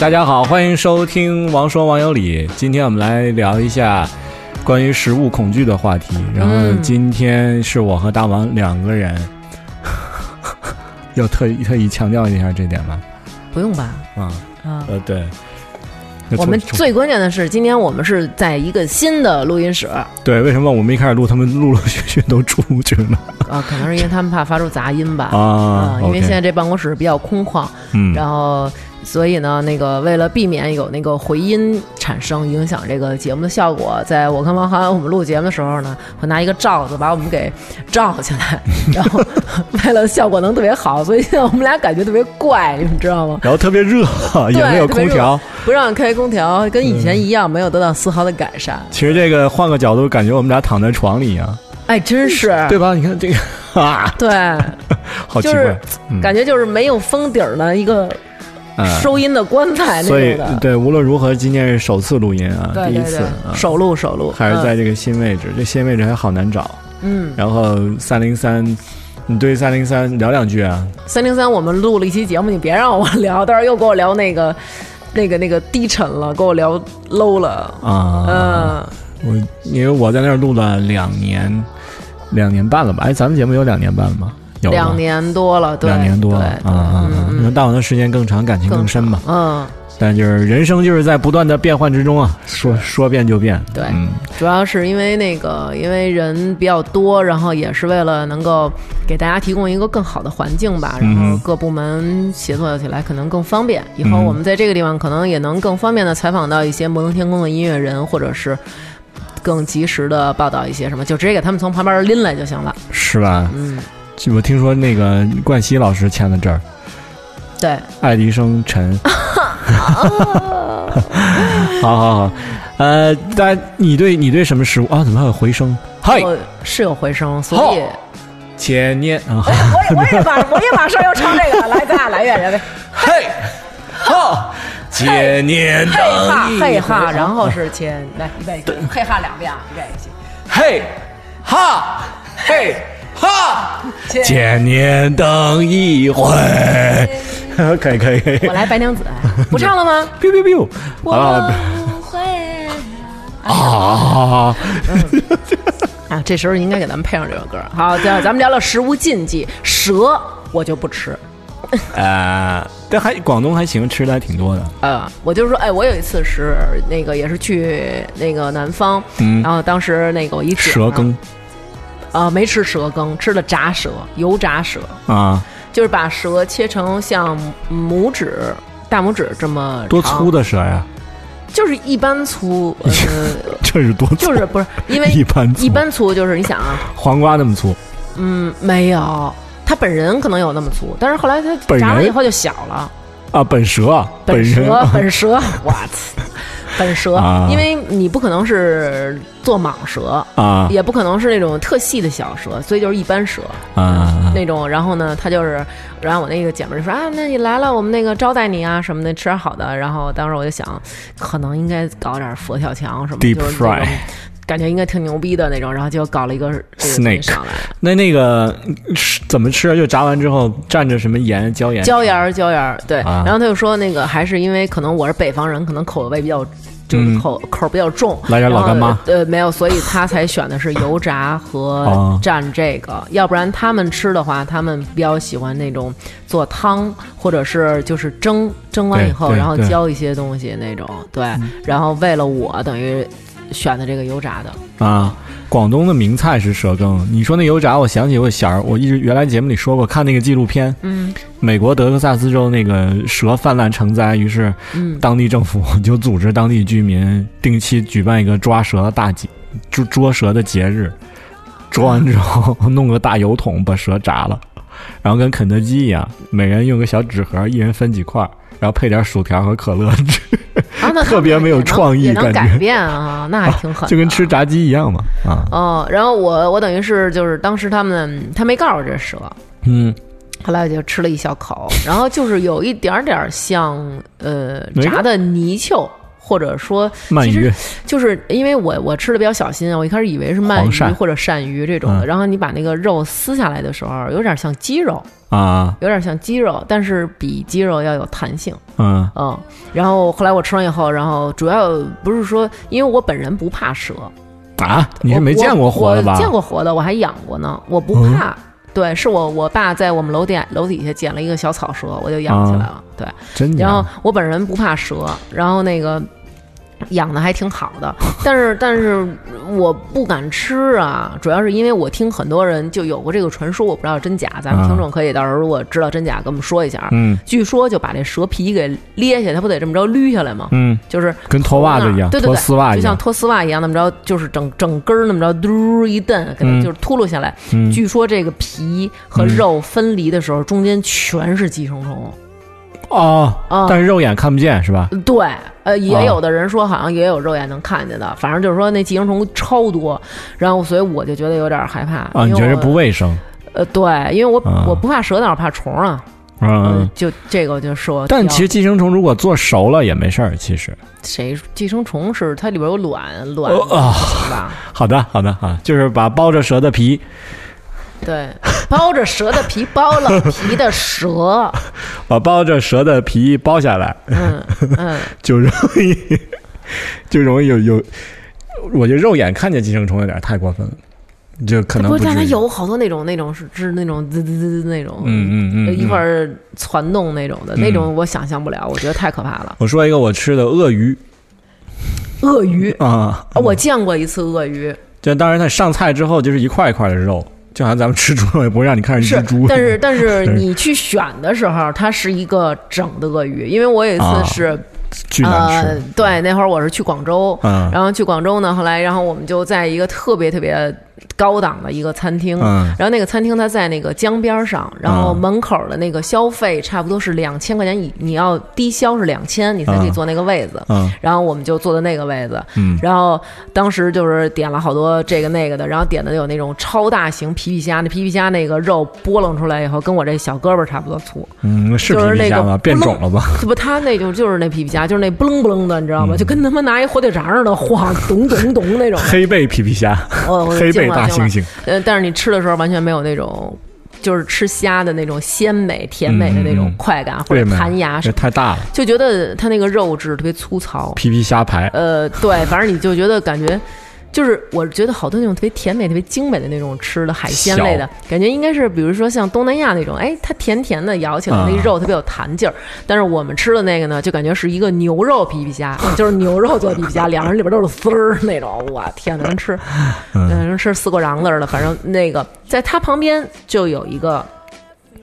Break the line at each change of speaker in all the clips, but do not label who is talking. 大家好，欢迎收听《王说王有理》。今天我们来聊一下关于食物恐惧的话题。然后
嗯
今天是我和大王两个人， 要特意特意强调一下这点吗？
不用吧？
啊，
啊，
呃，对，
我们最关键的是，今天我们是在一个新的录音室啊，
对为什么我们一开始录他们陆陆续续都出去了
可能是因为他们怕发出杂音吧。
啊
因为
OK，
现在这办公室比较空旷，
嗯
然后所以呢，那个为了避免有那个回音产生影响这个节目的效果，在我跟王涵我们录节目的时候呢，会拿一个罩子把我们给罩起来，然后 为了效果能特别好，所以现在我们俩感觉特别怪，你们知道吗？
然后特别热，也没有空调。
不让开空调，跟以前一样，没有得到丝毫的改善。
其实这个换个角度，感觉我们俩躺在床里一样，
哎，真是
对吧？你看这个 啊，
对，
好奇
就
怪，
是感觉就是没有封底儿的一个
嗯
收音的棺材那
所以
种的。
对，无论如何，今天是首次录音啊，
对
第一
对嗯
次
对，
啊，
首录首录，
还是
嗯
在这个新位置，这新位置还好难找。
嗯，
然后三零三，你对三零三聊两句啊？
三零三，我们录了一期节目，你别让我聊，到时候又给我聊那个、那个、那个低沉了，给我聊 low 了。
啊，
嗯，
我因为我在那儿录了两年，两年半了吧？哎，咱们节目有两年半了吗？有吧
两，年多了，对，
两年多了
对
啊啊！啊
嗯
你说大王的时间更长，感情更深嘛？
嗯，
但就是人生就是在不断的变换之中啊，说说变就变。
对
嗯，
主要是因为那个，因为人比较多，然后也是为了能够给大家提供一个更好的环境吧，然
嗯
后
哼
各部门协作起来可能更方便。以后
嗯
我们在这个地方可能也能更方便的采访到一些摩登天空的音乐人，或者是更及时的报道一些什么，就直接给他们从旁边拎来就行了。
是吧？
嗯，
就我听说那个冠希老师签了这儿，
对，
爱迪生 陈。
哦
好好好，呃，大家你对你对什么食物啊？怎么还有回声？嗨，
我是有回声，所以
前年啊，
哎我我 也马我也马上要唱这个了，来，咱俩来一遍来呗，
嘿，好，前年
嘿哈
的
嘿哈，然后是千来预备起嘿哈两遍啊，预备起。
嘿哈嘿哈，
千
千年等一回。可以可以 可以，啊
我来白娘子，哎不唱了 吗？
biu biu biu，好了好了
不会
啊，
啊，这时候应该给咱们配上这首歌。 好，咱咱们聊聊食物禁忌，蛇我就不吃。
呃，但还广东还行，吃的还挺多的。
呃，我就是说，哎，我有一次是那个也是去那个南方，
嗯
然后当时那个我一姐
蛇
呢
羹
啊、没吃蛇羹，吃了炸蛇，油炸蛇，
啊，
就是把蛇切成像拇指、大拇指这么
多粗
的，
的蛇呀？
就是一般粗，呃，
这是多粗？
就是不是因为
一般粗
一般粗就是你想啊，
黄瓜那么粗，
嗯，没有，他本人可能有那么粗，但是后来他
本
炸了
人
以后就小了。
啊，本蛇啊，
本
人
蛇，
啊
本蛇，我操，本蛇
啊，
因为你不可能是做蟒蛇，
啊
也不可能是那种特细的小蛇，所以就是一般蛇
啊
那种。然后呢，他就是，然后我那个姐妹就说啊，那你来了，我们那个招待你啊什么的，吃点好的。然后当时我就想，可能应该搞点佛跳墙什么的
Deep
就是那
fry
种感觉应该挺牛逼的那种。然后就搞了一个这个
Snake
上来，
那那个吃怎么吃啊？就炸完之后蘸着什么盐、椒盐？
椒盐儿，椒盐儿，对。
啊
然后他就说那个还是因为可能我是北方人，可能口味比较。就是
嗯
口、口比较重，
来点
然
老
后
干妈
呃，没有，所以他才选的是油炸和
哦
蘸这个，要不然他们吃的话，他们比较喜欢那种做汤，或者是就是蒸，蒸完以
对
后，
对
然后
对嗯
浇一些东西那种，对。然后为了我，等于选的这个油炸的，
啊。广东的名菜是蛇羹。你说那油炸，我想起我小时候，我一直原来节目里说过，看那个纪录片，
嗯，
美国德克萨斯州那个蛇泛滥成灾，于是
嗯
当地政府就组织当地居民定期举办一个抓蛇的大节，捉捉蛇的节日。捉完之后，弄个大油桶把蛇炸了，然后跟肯德基一样，每人用个小纸盒，一人分几块儿，然后配点薯条和可乐吃，
啊，那
特别没有创意
也能也能
感觉
改变啊，那还挺狠的、
就跟吃炸鸡一样嘛。啊，
哦，然后我我等于是就是当时他们他没告诉我这蛇，
嗯，
后来我就吃了一小口，然后就是有一点点像呃
哪个
炸的泥鳅，或者说
鳗
其
鱼
实就是因为我我吃的比较小心，我一开始以为是鳗
黄鳝
鱼或者鳝鱼这种的，
嗯
然后你把那个肉撕下来的时候，有点像鸡肉，
啊，
有点像鸡肉，但是比鸡肉要有弹性。
嗯
嗯，然后后来我吃完以后，然后主要不是说，因为我本人不怕蛇，
啊，你是
我
没见过
我
活的吧
我？见过活的，我还养过呢，我不
嗯
怕。对，是我我爸在我们楼底楼底下捡了一个小草蛇，我就养起来
啊
了。对，
真
然后
的，
我本人不怕蛇，然后那个养的还挺好的，但是但是我不敢吃啊，主要是因为我听很多人就有过这个传说，我不知道真假，咱们
啊
听众可以到时候如果知道真假，给我们说一下。啊
嗯
据说就把这蛇皮给裂下，它不得这么着捋下来吗？
嗯，
就是
跟脱袜子一样，
对对对
脱丝袜
就
一
像
样，
脱丝袜一样，那么着就是整整根儿那么着，嘟一蹬，给它
嗯
就是秃噜下来。
嗯
据说这个皮和肉分离的时候，中间全是寄生虫。
哦
啊，
但是肉眼看不见是吧？
对，呃，
啊
也有的人说好像也有肉眼能看见的，反正就是说那寄生虫超多，然后所以我就觉得有点害怕。
啊，你
因
觉
为
得
我
不？卫生？
呃，对，因为我、
啊
我不怕蛇，但是我怕虫啊。
嗯，
就这个就是我比较。
但其实寄生虫如果做熟了也没事儿，其实。
谁寄生虫是它里边有卵卵
哦啊，
是吧？
好的好的啊，就是把包着蛇的皮，
对，包着蛇的皮，包了皮的蛇。
把包着蛇的皮包下来，
嗯嗯，
就容易 就容易有有，我觉得肉眼看见寄生虫有点太过分了，就可
它
能
不是，但
至
它
于。
有好多那种那种是是那种滋滋滋滋那种，
嗯嗯嗯嗯嗯
一块儿攒动那种的，那种我想象不了，我觉得太可怕了。
我说一个我吃的鳄鱼
鳄鱼，
啊，
啊我见过一次鳄鱼，
就当然它上菜之后就是一块一块的肉，就好像咱们吃猪肉也不会让你看着一
是
只猪，，
但 是但是
对
你去选的时候，它是一个整的鳄鱼，因为我有一
啊
次是
巨难
呃
吃。，
对，那会儿我是去广州，
嗯
呃然后去广州呢，后来然后我们就在一个特别特别高档的一个餐厅，
嗯
然后那个餐厅它在那个江边上，然后
嗯
门口的那个消费差不多是两千块钱，你你要低消是两千，你才可以
嗯
坐那个位子。
嗯
然后我们就坐的那个位子，
嗯
然后当时就是点了好多这个那个的，然后点的有那种超大型皮皮虾，那皮皮虾那个肉剥棱出来以后，跟我这小胳膊差不多 粗，
嗯，是
就是
皮
那
皮虾
个
吗？变
不
种了吧？。
不，他那就就是那皮皮虾，就是那不楞不楞的，你知道吗？就跟他妈拿一火腿肠似的晃，咚咚咚那种
黑背皮皮虾，
我我
黑背
惊了
大
惊
猩
了
猩。
呃，但是你吃的时候完全没有那种，就是吃虾的那种鲜美、甜美的那
嗯
种
嗯嗯
快感，或
对
者
吗？
弹牙什
这
么，
太大了，
就觉得它那个肉质特别粗糙。
皮皮虾排，
呃，对，反正你就觉得感觉。就是我觉得好多那种特别甜美、特别精美的那种吃的海鲜类的感觉，应该是比如说像东南亚那种，哎，它甜甜的，咬起来
啊
那肉特别有弹劲儿。但是我们吃的那个呢，就感觉是一个牛肉皮皮虾，嗯就是牛肉做皮皮虾，两人里边都是丝儿那种，哇，天哪，能吃，嗯，能吃四过瓤子儿的。反正那个在它旁边就有一个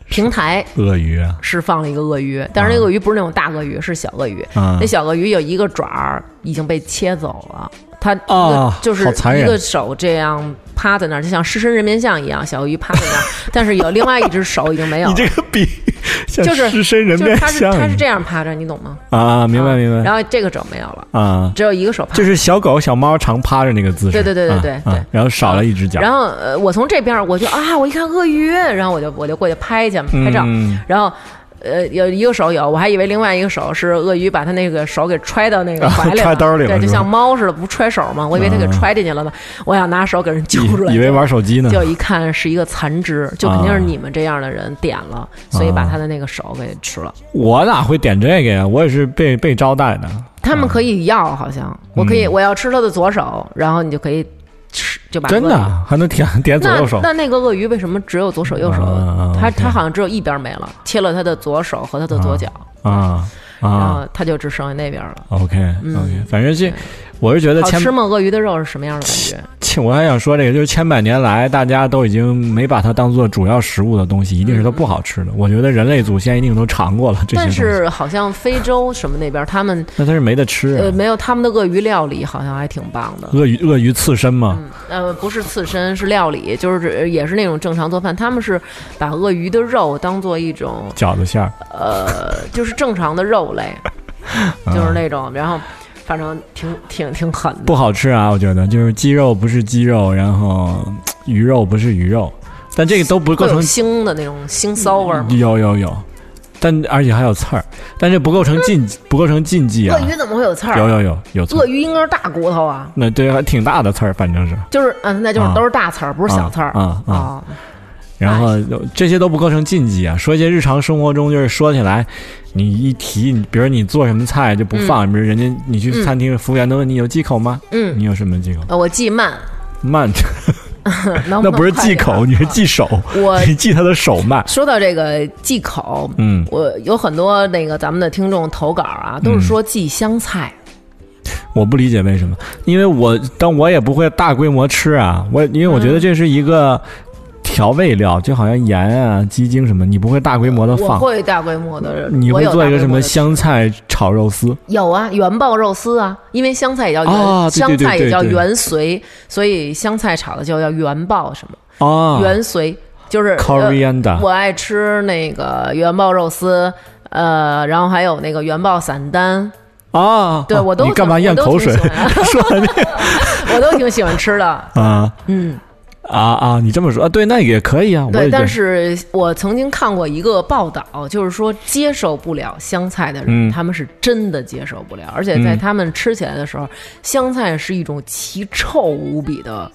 平台，
鳄鱼啊，
是放了一个鳄鱼，但是那个鳄鱼不是那种大鳄鱼，是小鳄鱼。
啊
那小鳄鱼有一个爪儿已经被切走了，它一个
哦
就是
好残忍
一个手这样趴在那儿，就像狮身人面像一样，小鳄鱼趴在 那儿，但是有另外一只手已经没有
你
了。
这个 比像
就是
狮身人
就
面
是它是
像
它是这样趴着，你懂吗？
啊，明白
啊
明白
然后这个手没有了，
啊，
只有一个手趴着
就。是小狗小猫常趴着那个姿势，
对对对对对
啊
对
啊然后少了一只脚，
然
后
后呃，我从这边儿我就啊，我一看鳄鱼，然后我就我就过去拍去拍照，
嗯
然后。呃，有一个手有，我还以为另外一个手是鳄鱼把它那个手给揣到那个怀 里了，
揣兜里了
对，
是
就
吧啊
像猫似的，不揣手吗？我以为它给揣进去了呢，我想拿手给人揪出来，
以以为玩啊手机呢，
就一看是一个残肢，就肯定是你们这样的人点了，所以把
啊
他的那个手给吃了。
我哪会点这个呀？我也是被被招待的，
他们可以要，好像我可以、
嗯
我要吃他的左手，然后你就可以吃，就把
真的
鳄鱼
啊还能点 点左
那
右手
那那个鳄鱼为什么只有左手右手？
啊
它
OK
它好像只有一边没了，切了它的左手和它的左脚，
啊
然
啊
后它就只剩下那边了。
，OK OK，反正这我是觉得
嗯好
千
吃吗？鳄鱼的肉是什么样的感觉？
千，我还想说这个，就是千百年来大家都已经没把它当做主要食物的东西，一定是它不好吃的。我觉得人类祖先一定都尝过了这些
嗯但
东西，
是好像非洲什么那边，他们
那它是没得吃啊、嗯
呃没有他们的鳄鱼料理好像还挺棒的。
鳄鱼鳄鱼刺身嘛，
呃，不是刺身，是料理，就是呃也是那种正常做饭。他们是把鳄鱼的肉当做一种
饺子馅儿，
呃，就是正常的肉 类，
啊
就是那种，然后反正挺挺挺狠的。
不好吃啊，我觉得就是鸡肉不是鸡肉，然后嘖鱼肉不是鱼肉，但这个都不构
会有
成
腥的那种腥骚味儿吗？
有有有，但而且还有刺儿，但这不构成禁忌，不构成禁忌啊
鳄，鱼怎么会有刺
有
儿？
有有有刺
鳄
儿，
鱼应该是大骨头啊，
那对还挺大的刺儿，反正是
就是嗯，那就是
啊
都是大刺儿，不是小刺儿
啊啊啊，
哦
然后这些都不构成禁忌啊，说一些日常生活中就是说起来，你一提，你比如你做什么菜就不放，比如人家你去餐厅，服务员都问你有忌口吗？
嗯，
你有什么忌口？
呃我忌慢，
慢，
能
那
能
不是
快哦
忌
点
口，
儿
你是忌手，
我
你忌他的手慢。
说到这个忌口，
嗯，
我有很多那个咱们的听众投稿啊，都是说忌香菜。
我不理解为什么，因为我但我也不会大规模吃啊，我因为我觉
嗯
得这是一个调味料，就好像盐啊、鸡精什么，你不会大规模的
我
放。
会大规模的，
你
我
会
有
做一个
大规
什
模
么
地
香菜炒肉丝？
有啊，原爆肉丝啊，因为香菜也叫原，
啊对对对
香菜
对
也叫
对
原髓，所以香菜炒的就叫原爆什么、
啊
原髓，就是呃
coriander
我爱吃那个原爆肉丝，呃，然后还有那个原爆散丹，
啊！
对
啊
我都
你干嘛咽口水？。
说 我都挺喜欢吃的
啊
嗯，
啊啊！你这么说啊？对，那也可以啊。我也
对，
觉得
但是我曾经看过一个报道，就是说接受不了香菜的人，
嗯
他们是真的接受不了，而且在
嗯
他们吃起来的时候，香菜是一种奇臭无比的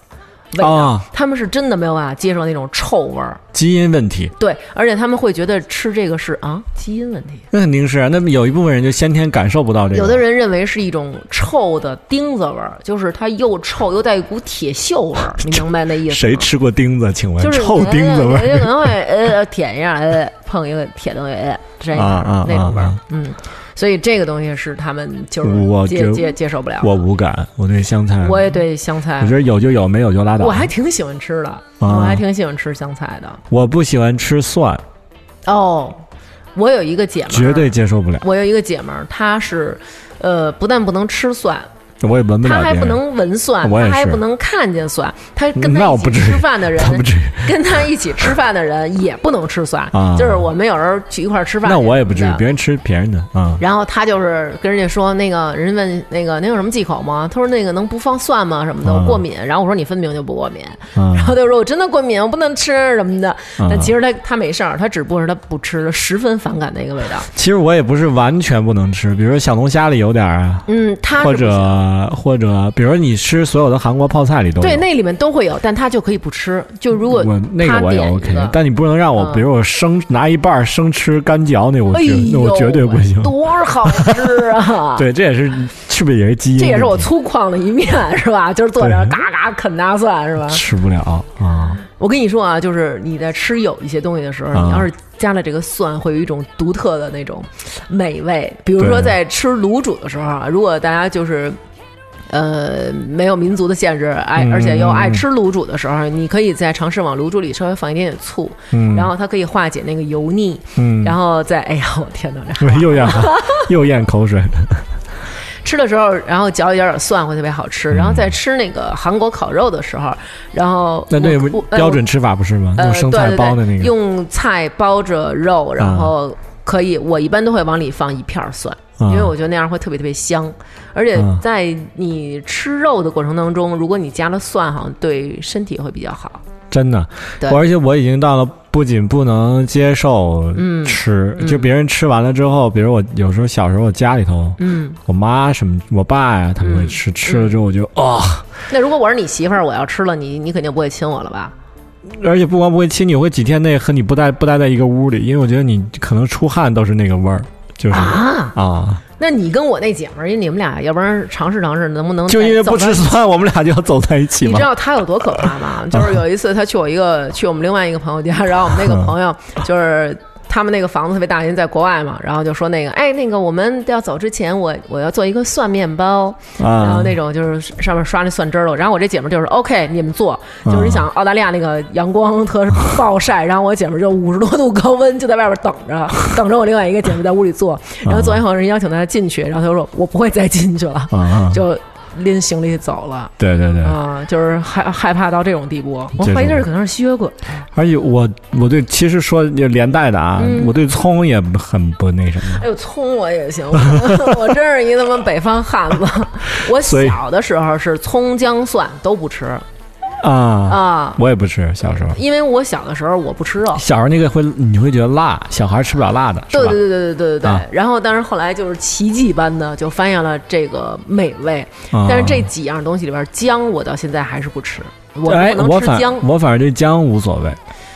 味道，
啊，
他们是真的没有办法接受那种臭味儿。
基因问题，
对，而且他们会觉得吃这个是啊基因问题。
那肯定是啊。那么有一部分人就先天感受不到这个。
有的人认为是一种臭的钉子味儿，就是它又臭又带一股铁锈味儿，你明白那意思吗？
谁吃过钉子？请问，
就是
臭钉子味
人
儿
家可能会呃舔一下，呃碰一个铁东西，呃这样、
啊啊
那种味儿，
啊
嗯，所以这个东西是他们就
我
是接
觉
接接受不了。
我无感，我对香菜，
我也对香菜
我啊觉，得有就有，没有就拉倒。
我还挺喜欢吃的，我还挺喜欢吃香菜的。
我不喜欢吃蒜，
哦，我有一个姐们儿，
绝对接受不了，
我有一个姐们儿，她是呃不但不能吃蒜，
我也闻不了
他
别
还
人。
不能闻蒜，
啊我也
他
是
还
嗯
不能看见蒜，他跟
那
他
我
一
不
起
至于
吃饭 的人
他不至于，
跟他一起吃饭的人也不能吃蒜
啊，
就是我们有时候去一块儿吃饭，
那我也不至于，别
于。
人吃别人的啊。
然后他就是跟人家说，那个人问那个您有什么忌口吗？他说那个能不放蒜吗？什么的，
啊
我过敏。然后我说你分明就不过敏，
啊
然后他就说我真的过敏，我不能吃什么的。
啊
但其实他他没事儿，他只不过是他不吃，十分反感那个味道。
其实我也不是完全不能吃，比如说小龙虾里有点儿啊，
嗯，他是
或
不行
者或者，比如说你吃所有的韩国泡菜里都有。
对那里面都会有，但他就可以不吃。就如果
我那
他
个我也
点一
OK，
个
但你不能让我，
嗯
比如我生拿一半儿生吃干嚼那我
哎
绝
呦，
那我绝对不行。
多好吃啊！，
对，这也是是不是也是基因？
这也是我粗犷的一面，是吧？就是坐这儿
对
嘎嘎啃大蒜，是吧？
吃不了啊。
我跟你说啊，就是你在吃有一些东西的时候，
啊
你要是加了这个蒜，会有一种独特的那种美味。比如说
对
在吃卤煮的时候啊，如果大家就是。呃，没有民族的限制，爱
嗯
而且又爱吃卤煮的时候，你可以在尝试往卤煮里稍微放一点点醋，
嗯，
然后它可以化解那个油腻，
嗯，
然后再哎呀，我天哪，这还
又咽口又咽口水，
吃的时候，然后嚼一点点蒜会特别好吃。然后在吃那个韩国烤肉的时候，然后
那那
我
不
我呃
标准吃法不是吗？
呃
用生菜包
对
的那
对对
个
用菜包着肉，然后可以，我一般都会往里放一片儿蒜。
啊
因为我觉得那样会特别特别香，而且
啊
在你吃肉的过程当中，如果你加了蒜，好像对身体会比较好。
真的，
对
我而且我已经到了不仅不能接受
嗯
吃，就别人吃完了之后，比如我有时候小时候我家里头，
嗯，
我妈什么我爸呀他们会吃，吃了之后我就啊，
那如果我是你媳妇儿，我要吃了你，你肯定不会亲我了吧？
而且不光不会亲你，我会几天内和你不待不待在一个屋里，因为我觉得你可能出汗都是那个味儿，就是
啊，
啊，
那你跟我那姐们儿，你们俩要不然尝试尝试，能不能
就因为
走
不
到
吃蒜，我们俩就要走在一起
你
嘛
知。道他有多 可怕吗？就是有一次他去我一个去我们另外一个朋友家，然后我们那个朋友就是。他们那个房子特别大，因为在国外嘛，然后就说那个，哎，那个我们要走之前，我我要做一个蒜面包，然后
啊，
那种就是上面刷那蒜汁儿了。然后我这姐们儿就是 OK，你们做，就是你想澳大利亚那个阳光特暴晒，然后我姐们儿就五十多度高温就在外边等着，等着我另外一个姐们儿在屋里做。然后做完以后，人邀请她进去，然后她说我不会再进去了，
啊啊，
就拎行李走了。
对对对，
啊、就是害害怕到这种地步，我
这
怀疑
种
这是可能是吸血鬼。
而且我我对其实说就连带的啊，
嗯
我对葱也很不那什么，
哎呦，葱我也行，我我真是一他妈北方汉子。我
所以
小的时候是葱姜蒜都不吃
啊，
啊，
我也不吃，小时候。
因为我小的时候我不吃肉。
小时候那个会，你会觉得辣，小孩吃不了辣的，是
对
吧？
对对对对对对
啊
对。然后，但是后来就是奇迹般的就发现了这个美味，
啊
但是这几样东西里边，姜我到现在还是不吃，我
哎，
不
我
能吃
反
姜。
我反而对姜无所谓，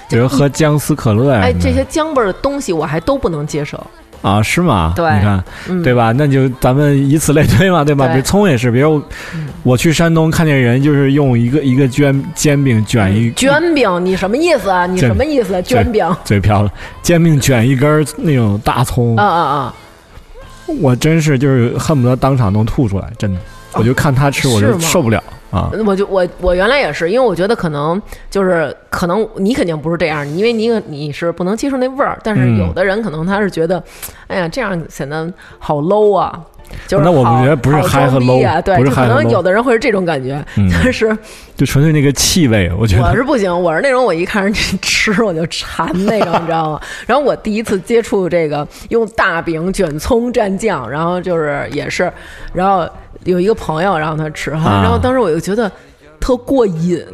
比如喝姜丝可乐呀、
哎，
什么
这
的
些姜味儿的东西我还都不能接受。
啊是吗？
对
你看，
嗯
对吧？那就咱们以此类推嘛，对吧？
对嗯
比如葱也是，比如我我去山东看见人就是用一个一个卷煎饼卷一
嗯卷饼，你什么意思啊？你
卷
什么意思啊？卷饼？啊
嘴瓢了，煎饼卷一根儿那种大葱，
啊啊！
我真是就是恨不得当场能吐出来，真的。我就看他吃，我
哦是
就
吗呃
受不了啊！
嗯我就我我原来也是，因为我觉得可能就是可能你肯定不是这样，因为你你是不能接受那味儿，但是
嗯
有的人可能他是觉得，哎呀这样显得好 low 啊，就是
那我
好
觉得不是
好
high 和
装逼啊
low，
对，
不是
就
high
可
和
能
low
有的人会是这种感觉，
嗯
但是
就纯粹那个气味，我觉
我
得
是不行，我是那种我一看人家吃我就馋那种，你知 道吗？然后我第一次接触这个用大饼卷葱蘸酱，然后就是也是，然后有一个朋友让他吃哈，
啊
然后当时我就觉得特过瘾，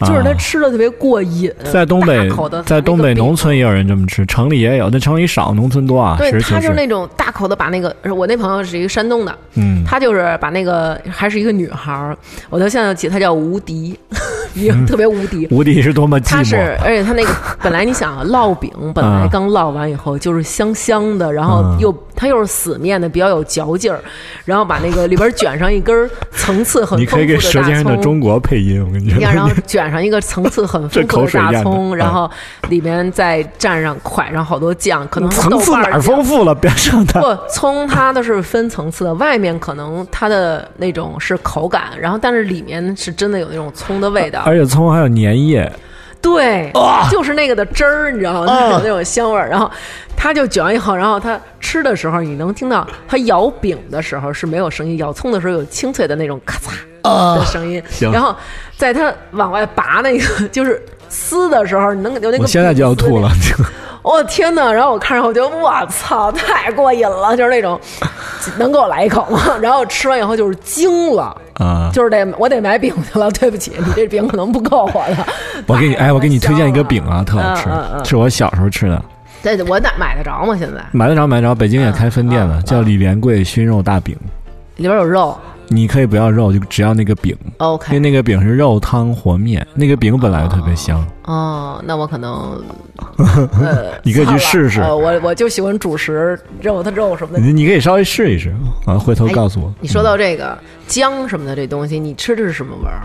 就是他吃的特别过瘾，
啊在东北
大口的，
在东北农。村也有人这么吃，城里也有，但城里少，农村多啊。
对，
实
他
情
就是
是，
那种大口的把那个，我那朋友是一个山东的，
嗯，
她就是把那个还是一个女孩儿，我到现在起她叫无敌， 也
嗯
特别无敌，
无敌是多么寂
它是
寞，，
而且它那个本来你想啊烙 饼，本来刚烙完以后就是香香的，然后
嗯
又它又是死面的，比较有嚼劲儿，然后把那个里边卷上一根儿层次很
你
丰
可以
富
给《
的
舌
大
尖上的
葱。
中国》配音，我跟你
呀，然
说
后，卷上一个层次很
这
丰富
口水一样的
大葱，
嗯
然后里面再蘸上蒯上好多酱，可能是
层
豆
次
瓣
哪儿
酱
丰富了？别 上它。
不，葱它的是分层次的，外面可能它的那种是口感，然后但是里面是真的有那种葱的味道。
而且葱还有粘液，
对，就是那个的汁儿，你知道吗？
嗯
有那种香味儿。然后他就卷完以后，然后他吃的时候，你能听到他咬饼的时候是没有声音，咬葱的时候有清脆的那种咔嚓的声音。
啊行
然后在他往外拔那个就是撕的时候，你能有那个。
我现在就要吐了。。
我、天呐，然后我看着我觉得我操，太过瘾了，就是那种能给我来一口吗？然后吃完以后就是惊了。
啊！
就是得我得买饼去了，对不起，你这饼可能不够我的。
我给你，哎，我给你推荐一个饼啊，特好
嗯嗯
吃，
嗯
是我小时候吃的，
对，我哪买得着吗？现在
买得着买得着，北京也
嗯
开分店了，叫李连贵熏肉大饼。
里边有肉哦
你可以不要肉，就只要那个饼，因为
，OK，
那个饼是肉汤和面，那个饼本来就特别香。，
哦，那我可能，呃
你可以去试试嗯
算了呃，我我就喜欢主食肉，它肉什么的。
你你可以稍微试一试啊，回头告诉我。
你说到这个姜什么的这东西，你吃的是什么味儿？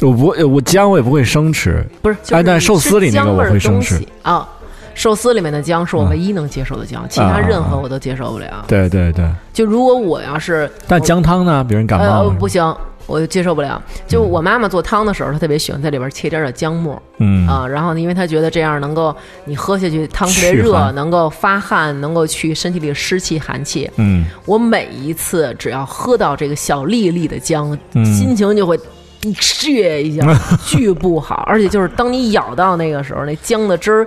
我不会，我姜我也不会生吃，
不是，就是
哎但
你
寿司
吃
里那
姜
个
味儿
我会
的
生
东
吃
西啊。寿司里面的姜是我
啊
唯一能接受的姜，其他任何我都接受不了。
对对对。
就如果我要是
但姜汤呢？别人感冒
呃
了，
不行，我接受不了。就我妈妈做汤的时候，她特别喜欢在里边切点儿的姜末，
嗯
啊，然后呢，因为他觉得这样能够你喝下去汤特别
去
热，
寒
能够发汗，能够去身体里的湿气寒气。
嗯，
我每一次只要喝到这个小粒粒的姜，
嗯
心情就会。血一下巨不好，而且就是当你咬到那个时候，那姜的汁儿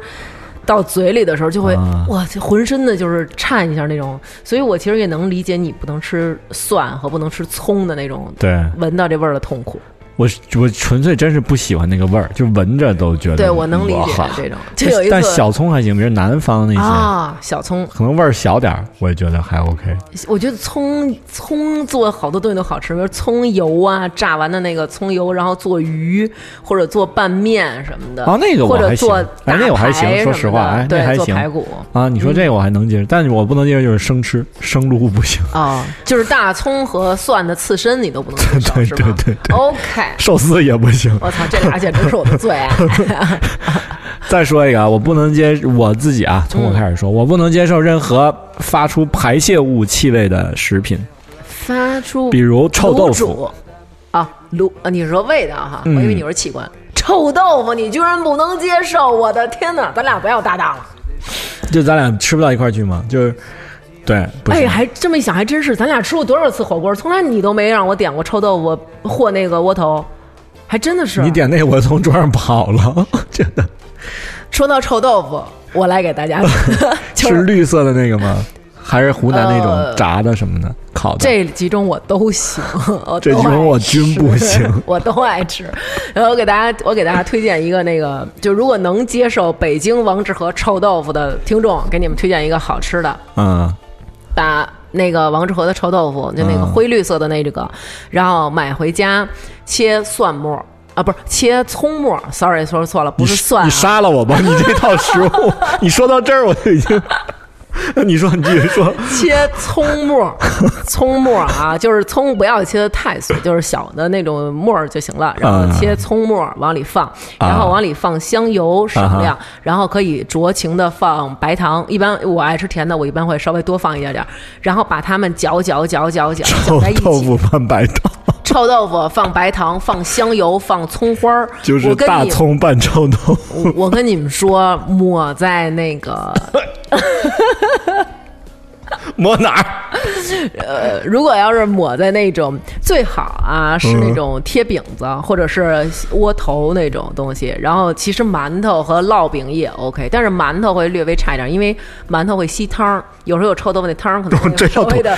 到嘴里的时候，就会、
啊
哇，就浑身的就是颤一下那种。所以我其实也能理解你不能吃蒜和不能吃葱的那种
对
闻到这味儿的痛苦。
我我纯粹真是不喜欢那个味儿，就闻着都觉得。
对我能理解
嗯哇
这种。就有一次
但小葱还行，比如南方那些，
啊，小葱
可能味儿小点儿，我也觉得还 OK。
我觉得葱葱做好多东西都好吃，比如葱油啊，炸完的那个葱油，然后做鱼或者做拌面什么的。
啊那个我
或者
还行
做
哎
大
那我还
排
行说
什么
实话
的
哎那
对，
还
做
行
排骨
啊，你说
嗯
这个我还能接受，但是我不能接受就是生吃，生撸不行。
哦，就是大葱和蒜的刺身你都不能接受，
对
是吗
对对对
OK，菜。
寿司也不行。
我操，这俩简直是我的啊最 爱。
再说一个啊，我不能接我自己啊，从我开始说，我不能接受任何发出排泄物气味的食品，
发出
比如臭豆
卤
腐。
煮啊，卤啊，你是说味道哈？
嗯
我以为你说器官。臭豆腐，你居然不能接受！我的天哪，咱俩不要搭档了。
就咱俩吃不到一块儿去吗？就是，对，不
哎，
行。
还这么一想，还真是，咱俩吃过多少次火锅，从来你都没让我点过臭豆腐或那个窝头，还真的是。
你点那个我从桌上跑了， 真的
说到臭豆腐，我来给大家， 就是
绿色的那个吗？还是湖南那种
呃
炸的什么的、烤的？
这几种我都行，我
这
都
几种
爱
我均不
吃
行，
我都爱吃。然后我给大家，我给大家推荐一个那个，就如果能接受北京王致和臭豆腐的听众，给你们推荐一个好吃的，
嗯，
把那个王致和的臭豆腐，就那个
嗯
灰绿色的那这个，然后买回家切蒜末儿啊，不是切葱末儿，sorry 说错了，不
你
是蒜、啊
你，杀了我吧！你这套食物，你说到这儿我就已经，你说你继续说，
切葱末儿， 葱末儿啊，就是葱不要切的太碎，就是小的那种末儿就行了。然后切葱末儿往里放，
啊
然后往里放香油少量，然后可以酌情的放白糖。一般我爱吃甜的，我一般会稍微多放一点点儿。然后把它们搅搅搅搅搅搅
臭
在一
豆
起。
腐拌白糖，
臭豆腐放白糖，放香油，放葱花儿，
就是
我跟
大
你
葱拌臭豆腐。
我我跟你们说，抹在那个
抹哪 儿？
呃如果要是抹在那种最好啊，是
嗯
那种贴饼子、或者是窝头那种东西。然后其实馒头和烙饼也 OK，但是馒头会略微差一点，因为馒头会吸汤儿，有时候有臭豆腐那汤儿可能
这
会稍
要
微的。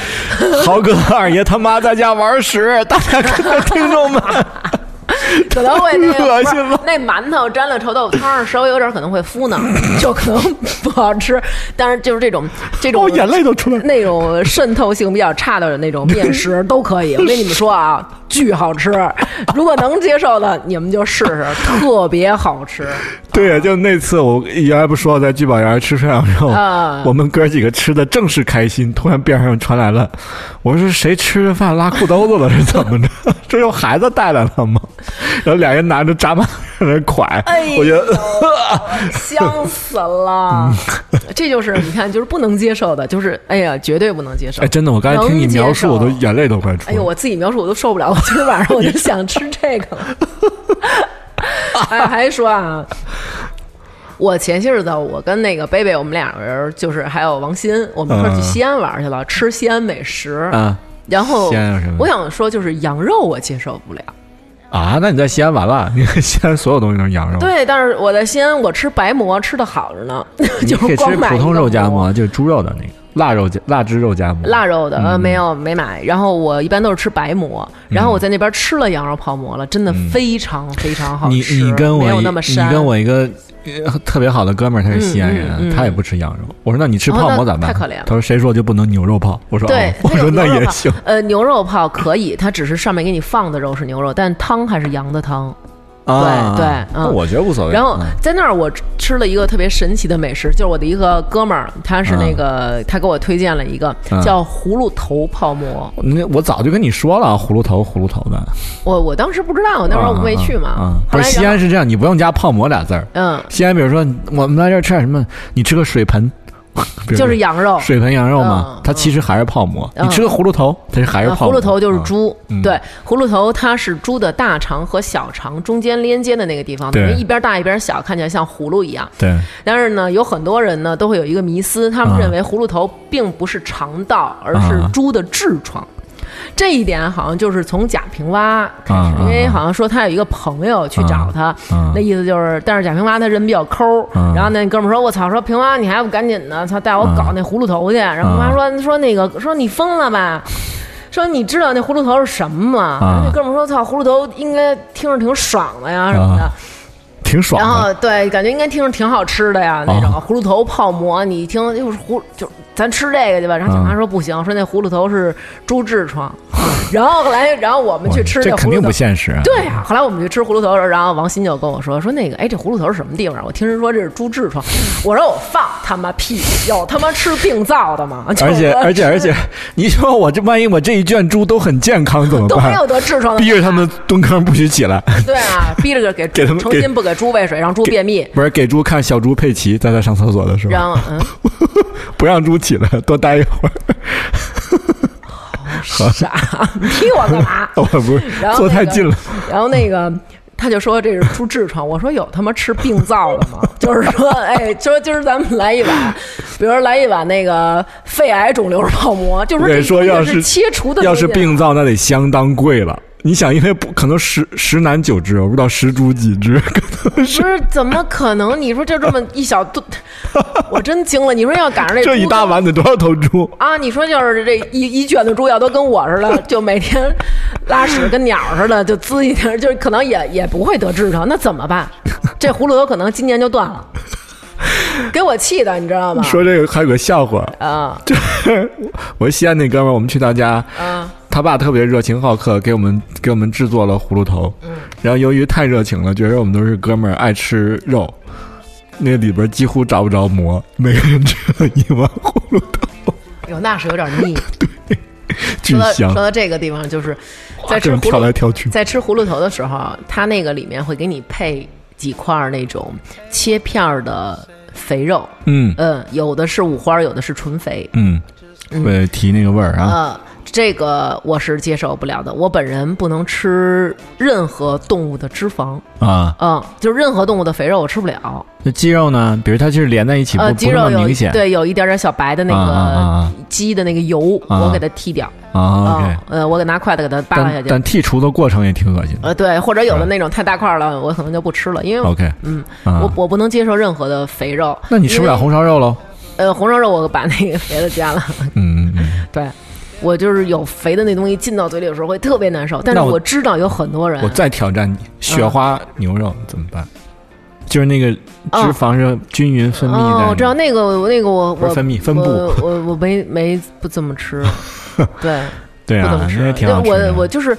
豪哥二爷他妈在家玩屎，大家看听众 们，
可能会 那个
恶心
不
了
是那馒头沾了臭豆腐汤，稍微有点可能会敷呢， 就可能不好吃。但是就是这种这种
我哦眼泪都出来了。
那种渗透性比较差的那种面食都可以。我跟你们说 啊，巨好吃！如果能接受的，你们就试试，特别好吃。
对，就那次我原来不说我在聚宝园吃涮羊肉，
啊
我们哥几个吃的正是开心，突然边上传来了，我说谁吃着饭拉裤兜子了是怎么着？ 这有孩子带来了吗？然后俩人拿着炸蚂在那蒯，
哎
我觉得
香死了！
嗯
这就是你看，就是不能接受的，就是哎呀，绝对不能接受
哎，。真的，我刚才听你
能接
描述，我都
受
眼泪都快出
哎
来
呦，
了。
我自己描述我都受不了，我今儿晚上我就想吃这个了。 哎，还说啊，我前些日子我跟那个贝贝，我们俩人就是还有王鑫，我们一块儿去
嗯
西安玩去了，吃西安美食。
啊
然后
西安有什么
我想说，就是羊肉我接受不了。
啊！那你在西安完了，你看 西安所有东西都是羊肉，
对，但是我在西安，我吃白馍吃的好着呢，
你
就
可以
光
吃
买
普通
一个
肉夹
馍
馍，就是猪肉的那个腊肉夹腊汁肉夹馍。
腊肉
嗯
的，呃，没有没买。然后我一般都是吃白馍，然后我在那边吃了羊肉泡馍了，真的非常非常好
嗯你
吃，
你跟
没
我
有
一
那么
你
膻。
跟我一个呃特别好的哥们儿，他是西安人，
嗯嗯嗯
他也不吃羊肉。我说那你吃
哦
泡馍
那
咋办？
太可怜了
他说谁说就不能牛肉泡？我说
对
哦，，我
它有
说那
牛肉
也
泡
行。。
呃，牛肉泡可以，它只是上面给你放的肉是牛肉，但汤还是羊的汤。
啊
对嗯
那我觉得无所谓。
然后
嗯
在那儿我吃了一个特别神奇的美食，就是我的一个哥们儿，他是那个他给我推荐了一个
嗯
叫葫芦头泡馍。
那我早就跟你说了，啊葫芦头，葫芦头的。
我我当时不知道，我那时候
啊
我没去
啊啊
嘛。后
不
来
是西
然
安
后，
是这样，你不用加泡馍俩字儿。
嗯，
西安，比如说我们在这儿吃点什么，你吃个水盆，比如说
就是羊肉。
水盆羊肉嘛
哦嗯，
它其实还是泡馍。
嗯
你吃个葫芦头，它是还是
啊
泡馍。
葫芦头就是
嗯
猪，
嗯
对，葫芦头它是猪的大肠和小肠中间连接的那个地方，
对
等于一边大一边小，看起来像葫芦一样。
嗯对，
但是呢，有很多人呢都会有一个迷思，他们
啊
认为葫芦头并不是肠道，而是猪的痔疮。这一点好像就是从贾平凹开始，
啊啊
因为好像说他有一个朋友去找他，
啊
那意思就是，但是贾平凹他人比较抠，
啊
然后那哥们儿说：“我操，说平凹你还不赶紧的，操带我搞那葫芦头去。然后
啊
平凹说：“说那个说你疯了吧。”说你知道那葫芦头是什么吗？
啊
然后那哥们儿说：“操，葫芦头应该听着挺爽的呀，什么的。
啊挺爽
然
的。
后对，感觉应该听着挺好吃的呀，那种、
啊
葫芦头泡馍，你一听
啊
就是葫，就咱吃这个去吧。然后警察说不行，说那葫芦头是猪痔疮，然后后来，然后我们去吃
啊这
那葫
肯
芦
定
头
不。现实啊。
对呀、后来我们去吃葫芦头的时候，然后王鑫就跟我说说那个，哎，这葫芦头是什么地方啊？我听人说这是猪痔疮，我说我哦放他妈屁，有他妈吃病灶的吗？就
而且
我
而且而且，你说我这万一我这一圈猪都很健康怎么
都没
办
有？得痔疮的，
逼着他们蹲坑不许起来，
对啊，逼着给
给他们
成
给
心不给猪喂水，让猪便秘，
不是 给猪看小猪佩奇在那上厕所的时
然
候，
后嗯，
不让猪起来，多待一会儿。
傻，你踢我干嘛？
我不是
然后
坐
那
太
个
近了，
然后那个他就说这是出痔疮，我说有他妈吃病灶的吗？就是说，哎，就说今儿咱们来一碗，比如说来一碗那个肺癌肿瘤泡馍，就是
我跟
这
你说，
这
要
是切除的，
要是。病灶，那得相当贵了。你想，因为不可能十十男九痔，我不知道十猪几只，可能是
不是怎么可能？你说就这么一小顿， 我真惊了。你说要赶上这
这一
猪
大
肚
碗得多少头猪？
啊！你说就是这一一圈子猪要都跟我似的，就每天拉屎跟鸟似的，就滋一点，就是可能也也不会得痔疮，那怎么办？这葫芦头可能今年就断了，给我气的，你知道吗？
说这个还有个笑话，
啊
就我西安那哥们儿，我们去他家，
啊
他爸特别热情好客，给我们给我们制作了葫芦头。
嗯
然后由于太热情了，觉得我们都是哥们儿，爱吃肉，那里边几乎找不着馍，每个人吃了一碗葫芦头，
哟，那是有点 腻。
巨
说到
香
说，到这个地方，就是在吃
这么
葫
挑来
芦
挑去。
在吃葫芦头的时候，它那个里面会给你配几块儿那种切片儿的肥肉，
嗯
嗯，有的是五花，有的是纯肥，
嗯，为提那个味儿啊，
呃，这个我是接受不了的。我本人不能吃任何动物的脂肪，
啊，
嗯，就是任何动物的肥肉我吃不了。
那肌肉呢？比如它就是连在一起，不
呃，
不
鸡
是那
肉
么
有
明显。
对有一点点小白的那
啊啊啊
个鸡的那个油，
啊
我给它剔掉。
啊
嗯
，OK。
呃，我给拿筷子给它扒拉下
但
去。
但剔除的过程也挺恶心的。
呃，对，或者有的
是吧
那种太大块了，我可能就不吃了，因为
OK，
嗯，
啊
我嗯我不能接受任何的肥肉。
那你吃不了
因为
红烧肉喽？
呃红烧肉，我把那个别的加了。
嗯嗯嗯，
对，我就是有肥的那东西进到嘴里的时候会特别难受，但是
那我
我知道有很多人
我再挑战你，雪花牛肉怎么
嗯
办？就是那个
啊
脂肪是均匀分泌
哦
的，，
我知道那个我那个我
不
我
是分泌分布
我我我没没不怎么 吃，对，
对
不怎
啊
么，吃。
那也挺好吃
对
的。
我我就是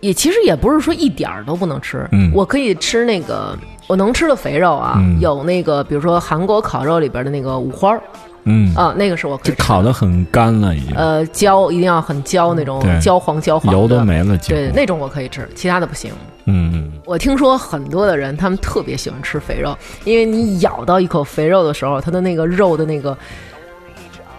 也其实也不是说一点儿都不能吃，
嗯
我可以吃那个我能吃的肥肉啊，
嗯
有那个比如说韩国烤肉里边的那个五花儿
嗯，
啊，那个是我可
就
以吃
烤的很干了，已经
呃焦一定要很焦那种
对
焦黄焦黄的
油都。没了，几乎
对，。那种我可以吃，其他的不行。
嗯嗯
我听说很多的人，他们特别喜欢吃肥肉，因为你咬到一口肥肉的时候，它的那个肉的那个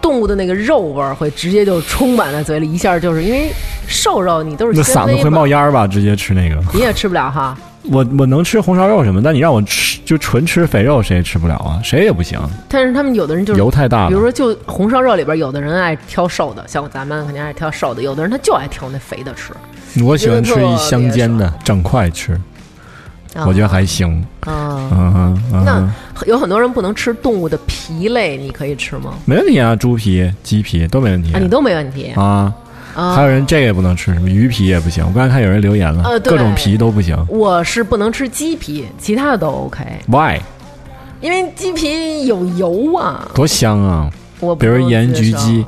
动物的那个肉味儿会直接就充满在嘴里，一下就是因为瘦肉你都
那
是
嗓
纤
子
维
会
嘛
冒，烟儿吧？直接吃那个，
你也吃不了哈。
我我能吃红烧肉什么，但你让我吃就纯吃肥肉，谁也吃不了啊，谁也不行，
但是他们有的人就是，
油太大
比如
了。
说就红烧肉里边，有的人爱挑瘦的，像咱们肯定爱挑瘦的，有的人他就爱挑那肥的吃。
我喜欢吃
觉得特
一香煎的，整块吃，
啊
我觉得还行。
啊，
嗯哼嗯
那
哼，
有很多人不能吃动物的皮类，你可以吃吗？
没问题啊，猪皮、鸡皮都没问题
啊，你都没问题
啊。
啊
还有人这个也不能吃，什么鱼皮也不行。我刚才看有人留言了，
呃对
各种皮都不行。
我是不能吃鸡皮，其他的都 OK，
Why？
因为鸡皮有油啊。
多香啊！
我不
比如
能
盐
接
焗
受
鸡，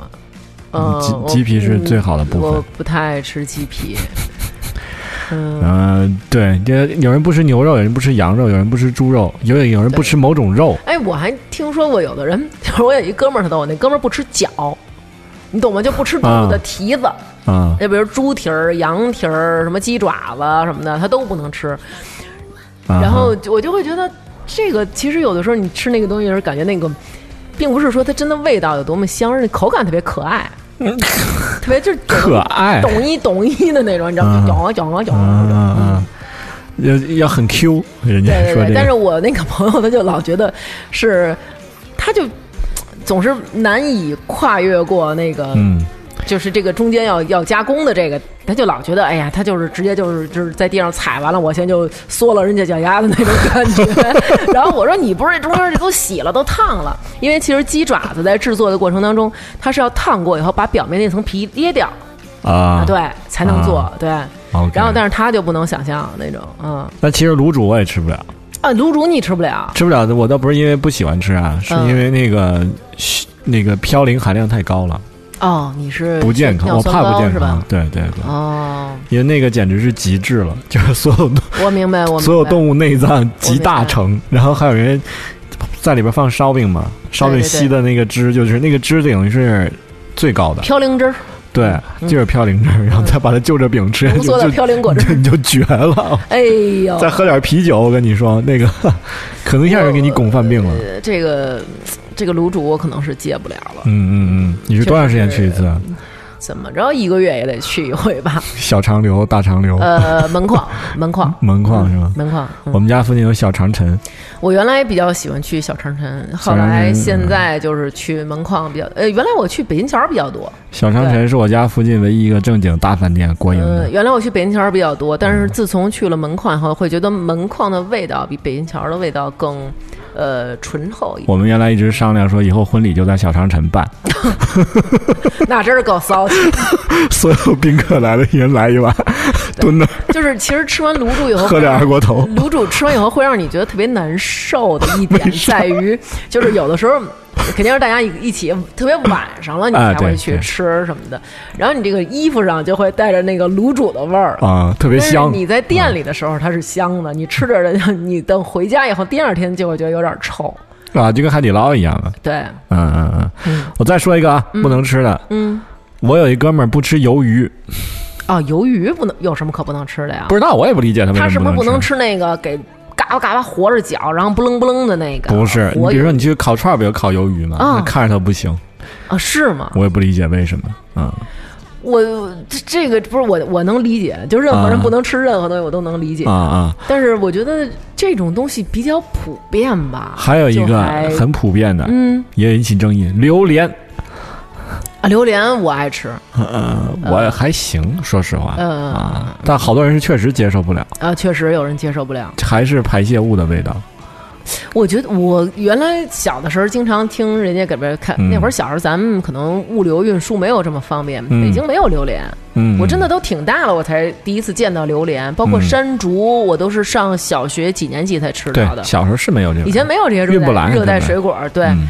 嗯，
鸡
我
鸡皮是最好的部分
我不太爱吃鸡皮。嗯，
嗯、对，这有人不吃牛肉，有人不吃羊肉，有人不吃猪肉，有有人不吃某种肉。
哎，我还听说过有的人， 就是我有一哥们儿，他逗我，那哥们儿不吃脚，你懂吗？就不吃动物的
啊
蹄子。
啊、
就比如猪蹄儿、羊蹄儿、什么鸡爪子什么的，他都不能吃。
啊
然后就我就会觉得，这个其实有的时候你吃那个东西的时候，感觉那个，并不是说它真的味道有多么香，而是口感特别可爱，
嗯
特别就是
可爱
懂一懂一的那种，你知道吗？
啊
就咬啊咬啊咬
啊
啊
啊
咬啊。
啊！要要很 Q，人家
对
说
对对，
这个。
但是我那个朋友他就老觉得是，他就。总是难以跨越过那个，
嗯，
就是这个中间要要加工的这个，他就老觉得，哎呀，他就是直接就是就是在地上踩完了，我先就缩了人家脚丫子那种感觉。然后我说你不是中间这都洗了，都烫了，因为其实鸡爪子在制作的过程当中，它是要烫过以后把表面那层皮裂掉，
啊，
对，才能做、对。
OK。
然后，但是他就不能想象那种，嗯
但其实卤煮我也吃不了，
啊，卤煮你吃不了，
吃不了的
嗯
我倒不是因为不喜欢吃啊，是因为那个、那个嘌呤含量太高了。
哦，你是
不健康，
尿
我
酸
怕不
高
健
是
康
吧？。
对对对，
哦，
因为那个简直是极致了， 就是所有动
我明白，我明白
所有动物内脏集大成，然后还有人在里边放烧饼嘛，烧饼
对对对
吸的那个汁，就是那个汁等于是最高的，
嘌呤汁儿，
对，
嗯
就是嘌呤汁儿，然后再把它就着饼吃下
浓
去，
缩的
就
嘌呤果汁。
就你就绝了。
哎呦，
再喝点啤酒，我跟你说，那个 可能一下就给你拱犯病了。
呃这个这个卤煮我可能是戒不了了，
嗯嗯嗯，你是多长时间去一次啊？
怎么着一个月也得去一回吧？
小长流、大长流、
呃，门 框，门框，
门框是吗？
门框。嗯
我们家附近有小长城，
我原来比较喜欢去小长城，嗯后来现在就是去门框比较。呃，原来我去北京桥比较多，
小长城是我家附近唯一一个正经大饭店，国营
嗯、
的。
原来我去北京桥比较多，但是自从去了门框后，会觉得门框的味道比北京桥的味道更呃醇厚一点。
我们原来一直商量说，以后婚礼就在小长城办，
那真是够骚气。
所有宾客来了，一人来一碗，蹲那儿
就是其实吃完卤煮以后，
喝点二锅 头。
卤煮吃完以后会让你觉得特别难受的一点在 于，就是有的时候肯定是大家一一起，特别晚上了你
哎
才会
对
去
对
吃什么的，然后你这个衣服上就会带着那个卤煮的味儿。
啊，特别
但是
香！嗯
你在店里的时候它是香的，你吃着的，你等回家以后第二天就会觉得有点臭。
啊，就跟海底捞一样的。
对，
嗯嗯嗯
嗯，
我再说一个啊，不能吃的。
嗯，
我有一哥们儿不吃鱿鱼，
哦，鱿鱼不能有什么可不能吃的呀？
不知道我也不理解他为
啊他
什
是不
么
是不
能
能吃那个给嘎巴嘎巴活着嚼，然后不楞不楞的那个？
不是，你
活
比如
鱿
说你去烤串儿，不有烤鱿鱼吗？
嗯
那看着它不行，
啊，是吗？
我也不理解为什么。嗯，
我这这个不是我我能理解，就任何人
啊
不能吃任何东西，我都能理解。
啊啊，
但是我觉得这种东西比较普遍吧。
还有一
就
个
还
很普遍的，
嗯
也引起争议，榴莲。
啊，榴莲我爱吃，
呃，我还行，说实话
嗯
啊，但好多人是确实接受不了，
啊，确实有人接受不了。
还是排泄物的味道。
我觉得我原来小的时候经常听人家给边看，
嗯
那会儿小时候咱们可能物流运输没有这么方便，
嗯
北京没有榴莲。
嗯，
我真的都挺大了，我才第一次见到榴莲，包括
嗯
山竹，我都是上小学几年级才吃
对
到的。
小时候是没有这个，
以前没有这些热
运不
带
来
热带
根本
水果，对。
嗯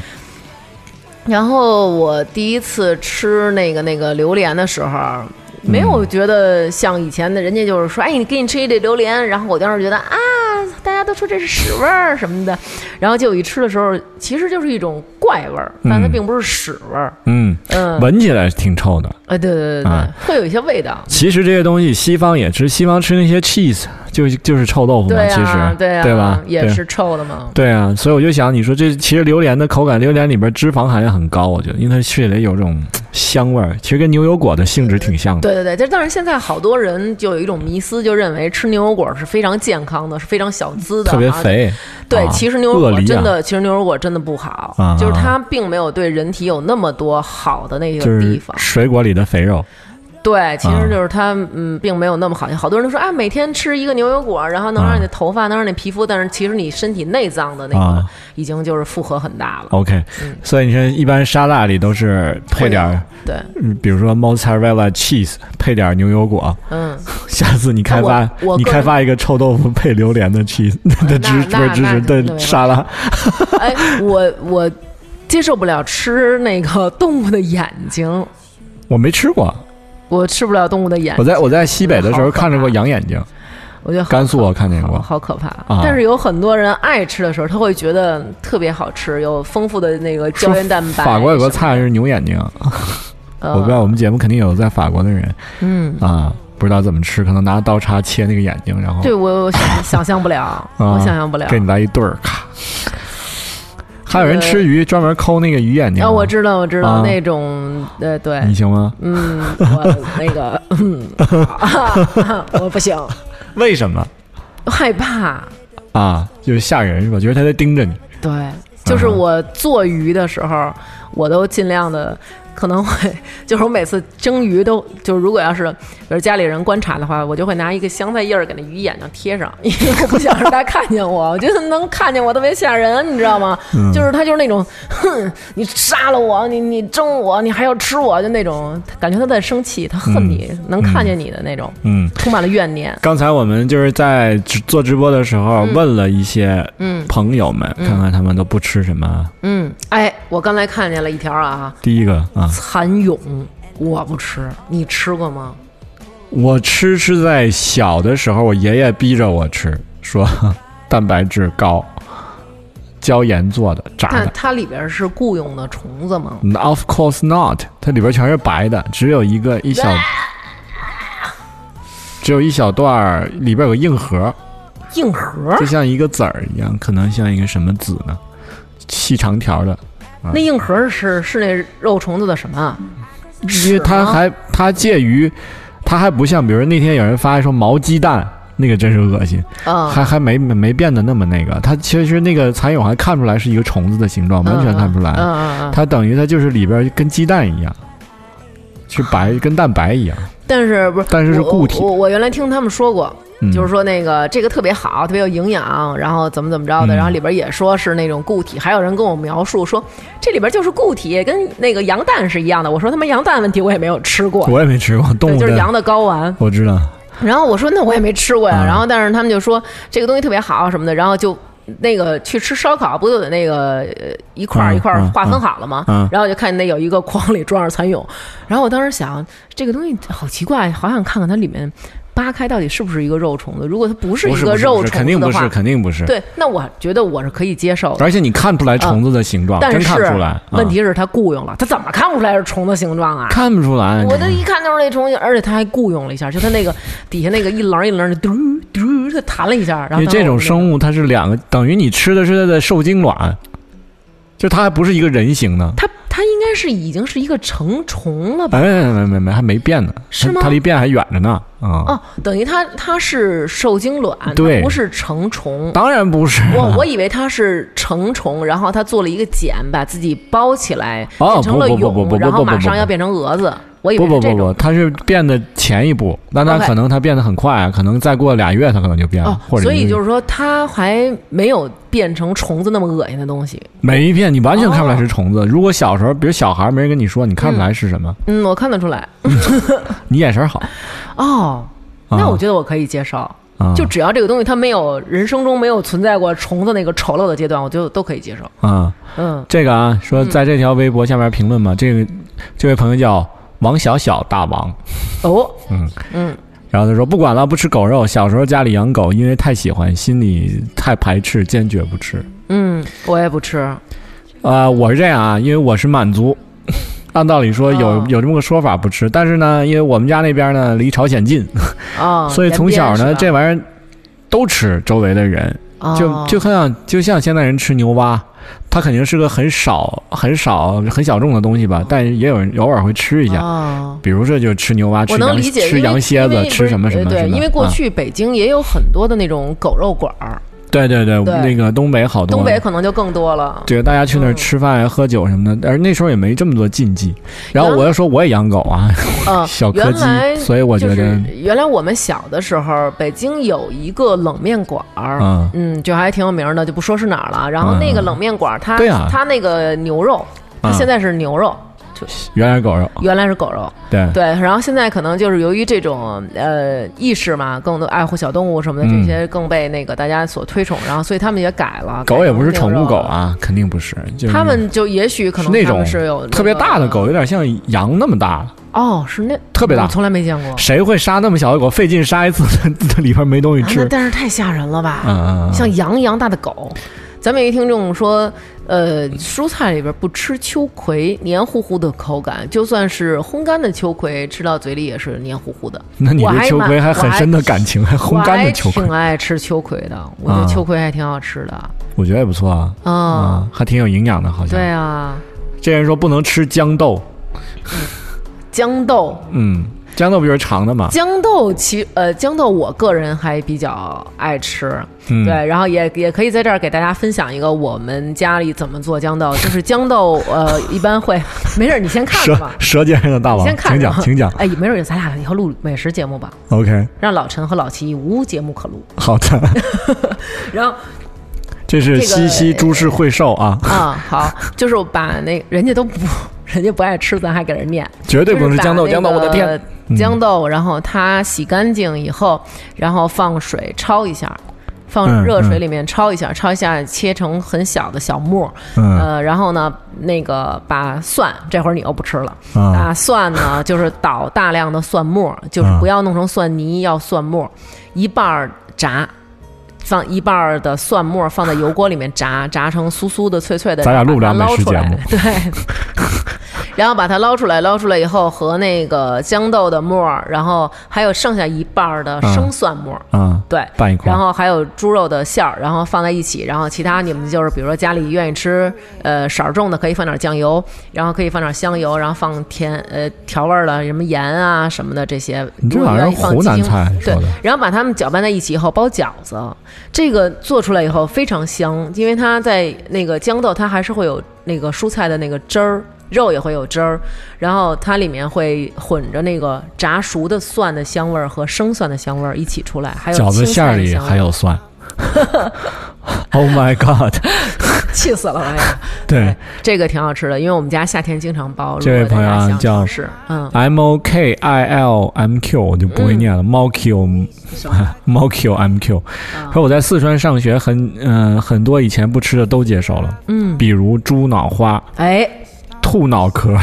然后我第一次吃那个那个榴莲的时候，没有觉得像以前的人家就是说，哎，你给你吃一这榴莲，然后我当时觉得啊，大家都说这是屎味儿什么的，然后结果一吃的时候，其实就是一种怪味儿，但它
嗯
并不是屎味儿，
嗯，
嗯，
闻起来是挺臭的。
啊，对对对对对
啊，
会有一些味道，
其实这些东西西方也吃，西方吃那些 cheese 就就是臭豆腐嘛，
对
其
呀
实，
对呀，
对吧？
也
对
是臭的嘛，
对啊，所以我就想，你说这其实榴莲的口感，榴莲里边脂肪含量很高，我觉得，因为它血里有种嘖香味儿，其实跟牛油果的性质挺像的。
对对对，就但是现在好多人就有一种迷思，就认为吃牛油果是非常健康的，是非常小资的，
特别
啊
肥，
对，
啊
其实牛油
鳄
果
梨啊
真的，其实牛油果真的不好
啊，
就是它并没有对人体有那么多好的那个
就是
地方。
水果里的肥肉。
对，其
啊
实就是它，嗯，并没有那么好。好多人都说，哎，每天吃一个牛油果，然后能
啊
让你的头发，能让你皮肤，但是其实你身体内脏的那个
啊哦
已经就是负荷很大了。
OK，、
嗯啊
所以你说一般沙拉里都是配点儿，
对，
嗯比如说 mozzarella cheese，配点儿牛油果。
嗯，
下次你开发
啊我我
你
个人哦
开发一个臭豆腐配榴莲的 cheese 的芝
那
不是芝士
那那
的沙拉，
哎，我我接受不了吃那个动物的眼睛，
我没吃过。
我吃不了动物的眼
我，在我在西北的时候
哎好可怕
看着过羊眼睛，
我觉得好
甘肃啊我看见过
好。好可怕、
啊
但是有很多人爱吃的时候，他会觉得特别好吃，有丰富的那个胶原蛋白。
法国有个菜是牛眼睛，
呃，
我不知道我们节目肯定有在法国的人
嗯，
啊，不知道怎么吃，可能拿刀叉切那个眼睛，然后
对我我想想象不了，
哦 啊
我想象不了。
给你来一对儿，咔。还有人吃鱼专门抠那个鱼眼睛
啊，
吗，
我知道，我知道、
啊
那种，呃，对，
你行吗？
嗯，我那个，嗯， 啊我不行，
为什么
害怕。
啊？就是吓人是吧？觉得他在盯着你，
对，就是
啊哈
我做鱼的时候，我都尽量的。可能会， 就是我每次蒸鱼都，就是如果要是，比如家里人观察的话，我就会拿一个香菜叶儿给那鱼眼睛贴上， 因为我不想让他看见我，我觉得能看见我特别吓人，你知道吗？
嗯
就是他就是那种，哼，你杀了我，你你蒸我，你还要吃我，就那种感觉他在生气，他恨你，能看见你的那种，
嗯。
充满了怨念。
刚才我们就是在直做直播的时候问了一些
嗯
朋友们，看看他们都不吃什么。
嗯，哎，我刚才看见了一条啊，
第一个，啊
蚕蛹我不吃，你吃过吗？
我吃是在小的时候，我爷爷逼着我吃，说 蛋白质高，椒盐做的炸
但
的。
它里边是雇佣的虫子吗？
嗯 Of course not，它里边全是白的，只有一个一小，只有一小段儿，里边有个硬核，
硬核
就像一个籽儿一样，可能像一个什么籽呢？细长条的，
那硬核是是那肉虫子的什么？啊
因为它
屎吗
还它介于，它还不像，比如那天有人发说毛鸡蛋，那个真是恶心。
啊、
还还没没没变得那么那个，它其实那个蚕蛹还看不出来是一个虫子的形状，
嗯，
完全看不出来。
嗯嗯嗯。
它等于它就是里边跟鸡蛋一样，是白跟蛋白一样，
但是不是？
但是是固体
啊我我我原来听他们说过，
嗯、
就是说那个这个特别好，特别有营养，然后怎么怎么着的，
嗯
然后里边也说是那种固体，还有人跟我描述说这里边就是固体，跟那个羊蛋是一样的。我说他妈羊蛋问题我也没有吃过，
我也没吃过动
对，
物
就是
的，
羊的睾丸。
我知道，
然后我说那我也没吃过呀，
啊
然后但是他们就说这个东西特别好什么的，然后就。那个去吃烧烤不都得那个呃一块儿
嗯
一块儿
嗯
划分好了吗？
嗯
然后就看那有一个筐里装着蚕蛹，然后我当时想这个东西好奇怪，好想看看它里面扒开到底是不是一个肉虫子。如果它不是
不
一
是
个
不是
肉
不
虫
是
子
肯定不
的
是，
话，
肯定不是。
对，那我觉得我是可以接受的。
而且你看不出来虫子的形状，
但
真
是
看不出来。啊
问题是它雇佣了，它怎么看不出来是虫子形状啊？
看不出来，
我
你
这一看就是那虫子，而且他还雇佣了一下，就他那个底下那个一棱一棱的嘟嘟，他弹了一下，然
因
后
为这种
物，
生物它是两个，等于你吃的是它的受精卵，就它还不是一个人形呢。
它它应该是已经是一个成虫了吧？
哎，没没没，还没变呢，
是
它
吗
它离变还远着呢啊！
哦，等于它它是受精卵，它
对
不是成虫。
当然不是，
我我以为它是成虫，然后它做了一个茧，把自己包起来，
哦
变成了
不不不不不
蛹，
不
然后
不不
马上
不
要变成蛾子。我以为
不
是
不
这
不不，
种。
它是变得前一步，那它
OK
可能它变得很快，啊可能再过俩月它可能就变了
哦，，
啊或者
所以就是是说，它还没有变成虫子那么恶心的东西。
没变，你完全
哦
看不出来是虫子。如果小时候，比如小孩没人跟你说，你看不出来是什么，
嗯，我看得出来。嗯
你眼神好，
哦，那我觉得我可以接受。
啊
就只要这个东西它没有人生中没有存在过虫子那个丑陋的阶段，我就都可以接受。
啊，
嗯，
这个啊，说在这条微博下面评论嘛，这个这位朋友叫王小小大王，
哦，
然后他说不管了，不吃狗肉。小时候家里养狗，因为太喜欢，心里太排斥，坚决不吃。
嗯，我也不吃。
啊，我是这样啊，因为我是满族， 按道理说有、
哦
有这么个说法不吃，但是呢，因为我们家那边呢离朝鲜近，
啊、
所以从小
延
呢
边是
这
吧
玩意儿都吃，周围的人就、
哦
就像就像现在人吃牛蛙，它肯定是个很少很少很小众的东西吧，但是也有人偶尔会吃一下。
哦
比如说，就吃牛蛙，吃
我能
羊
理解，因
吃
为
羊蝎
因
子
为，不
吃
是
什么什么
对，
什么。
因为过
啊
去北京也有很多的那种狗肉馆儿，
对对对，
对
那个东北好多，
东北可能就更多嗯了。
对，大家去那儿吃饭呀、喝酒什么的，而那时候也没这么多禁忌。然后我又说我也养狗啊，
嗯，
小柯
原
基
来，
所以我觉
就
得
是，原来我们小的时候，北京有一个冷面馆儿，
嗯
嗯，就还挺有名儿的，就不说是哪儿了。然后那个冷面馆儿，它
对啊
它那个牛肉，它
嗯
现在是牛肉，
原来狗肉，
原来是狗肉，
对
对。然后现在可能就是由于这种呃意识嘛，更多爱护小动物什么的，这
嗯
些更被那个大家所推崇，然后所以他们也改了，
狗也
改成
不是宠
牛
物
肉
狗。啊，肯定不是。就是
他们就也许可
是
能
那
他
种
们是有那
特别
个
大的狗，有点像羊那么大，
哦，是那
特别大
我从来没见过。
谁会杀那么小的狗？费劲杀一次， 它里边没东西
啊
吃
那。但是太吓人了吧？
嗯嗯嗯，
像羊一样大的狗。啊咱们有一听众说，呃，蔬菜里边不吃秋葵，黏糊糊的口感，就算是烘干的秋葵，吃到嘴里也是黏糊糊的。
那你
我
对
还
秋葵
蛮
还很深的感情，还烘干的秋
我
葵
还，挺爱吃秋葵的，我觉得
啊
秋葵还挺好吃的。
我觉得也不错啊。
嗯，
啊，还挺有营养的，好像。
对啊，
这人说不能吃豇豆，
豇豆，
嗯，豇豆不就是长的嘛？
豇豆其呃，豇豆我个人还比较爱吃，
嗯
对，然后也也可以在这儿给大家分享一个我们家里怎么做豇豆，就是豇豆呃，一般会 没事儿，你先看着
舌
吧。
舌尖上的大
你
王
先，看
啊请
着
讲，请讲。
哎，没准儿咱俩以后录美食节目吧，
OK，
让老陈和老齐无节目可录。
好 的，
然后
这是
这个
西西株式会兽啊，
啊、好，就是把那人家都不，人家不爱吃，咱还给人念，
绝对不能
是
是豇豆，豇豆，我的天！，
豇豆，然后它洗干净以后，然后放水焯一下，放
嗯
热水里面焯一下，焯一下切成很小的小末，
嗯
呃，然后呢，那个把蒜，这会儿你又不吃了，
啊
把蒜呢就是捣大量的蒜末，就是
嗯
不要弄成蒜泥，要蒜末，一半儿炸。放一半儿的蒜末放在油锅里面炸，炸成酥酥的、脆脆的，
咱俩
然后
录不
把
了
它
美
捞
食
出来
节目。
对，然后把它捞出来，捞出来以后和那个豇豆的沫儿，然后还有剩下一半儿的
嗯
生蒜末儿，
啊，
对，
拌一块儿
然后还有猪肉的馅儿，然后放在一起，然后其他你们就是比如说家里愿意吃呃色儿重的，可以放点酱油，然后可以放点香油，然后放甜呃调味儿的什么盐啊什么的这些。
你这
如果
好像
愿意放
湖南
鸡精
菜
对
说的，
然后把它们搅拌在一起以后包饺子，这个做出来以后非常香，因为它在那个豇豆它还是会有那个蔬菜的那个汁儿。肉也会有汁儿，然后它里面会混着那个炸熟的蒜的香味儿和生蒜的香味儿一起出来，还有
饺子
青
馅
菜的
儿里
香味
还 有蒜。oh my god！
气死了！哎呀，
对
这个挺好吃的，因为我们家夏天经常包。
这位朋友啊叫
是嗯，
，M O K I L M Q，我就不会念了。猫 Q 猫 Q M Q，说我
啊
在四川上学很，嗯、很多以前不吃的都接受了，嗯，比如猪脑花、
哎，
兔 脑壳，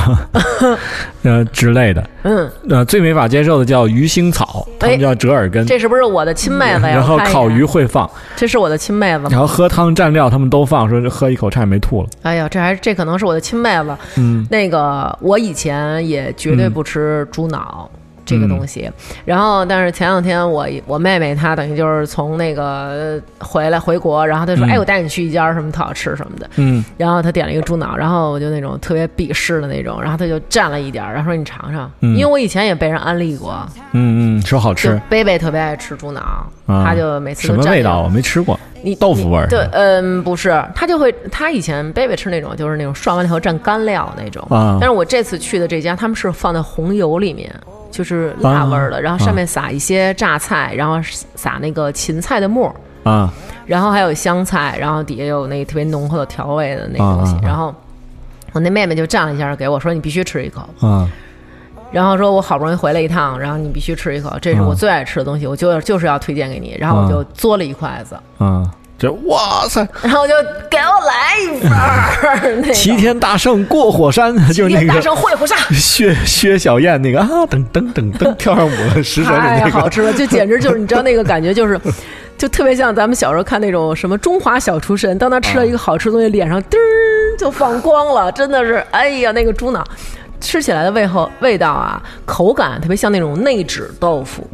呃之类的。
嗯，
呃，最没法接受的叫鱼腥草，他
哎
们叫折耳根。
这是不是我的亲妹子呀？
然后
我看一
烤
眼
鱼，会放，
这是我的亲妹子吗？
然后喝汤蘸料他们都放，说是喝一口差点没吐了。
哎呀，这还这可能是我的亲妹子。
嗯，
那个我以前也绝对不吃猪脑。
嗯
这个东西，然后但是前两天我我妹妹她等于就是从那个呃回来回国，然后她说：“
嗯
哎，我带你去一家什么特好吃什么的。”
嗯，
然后他点了一个猪脑，然后我就那种特别鄙视的那种，然后他就蘸了一点儿，然后说你尝尝，
嗯
因为我以前也被人安利过，
嗯嗯，说好
就
吃，
贝贝特别爱吃猪脑，
啊
他就每次
什
都
么
蘸
味
一点
道啊
儿
我没吃过，
你
豆腐味儿
你对，嗯，不是，他就会，他以前贝贝吃那种，就是那种涮完了以后蘸干料那种。
啊
但是我这次去的这家，他们是放在红油里面，就是辣味儿的，
啊
然后上面撒一些榨菜，然后撒那个芹菜的末儿，
啊，
然后还有香菜，然后底下有那个特别浓厚的调味的那个
啊
东西。
啊啊
然后我那妹妹就蘸了一下给我，说你必须吃一口。
啊，
然后说我好不容易回来一趟，然后你必须吃一口，这是我
啊
最爱吃的东西，我就就是要推荐给你。然后我就嘬了一筷子，
啊，这哇塞，
然后就给我来一份 儿。那个
齐天大圣过火山， 就是那
齐天大圣
个
会不上。
薛薛小燕那个啊，噔噔噔 噔跳上舞了，食神里
太
那
哎好
个，
吃了，就简直就是你知道那个感觉就是，就特别像咱们小时候看那种什么《中华小厨神》，当他吃了一个好吃的东西，脸上嘚儿就放光了，真的是，哎呀，那个猪脑吃起来的味后味道啊，口感特别像那种内酯豆腐，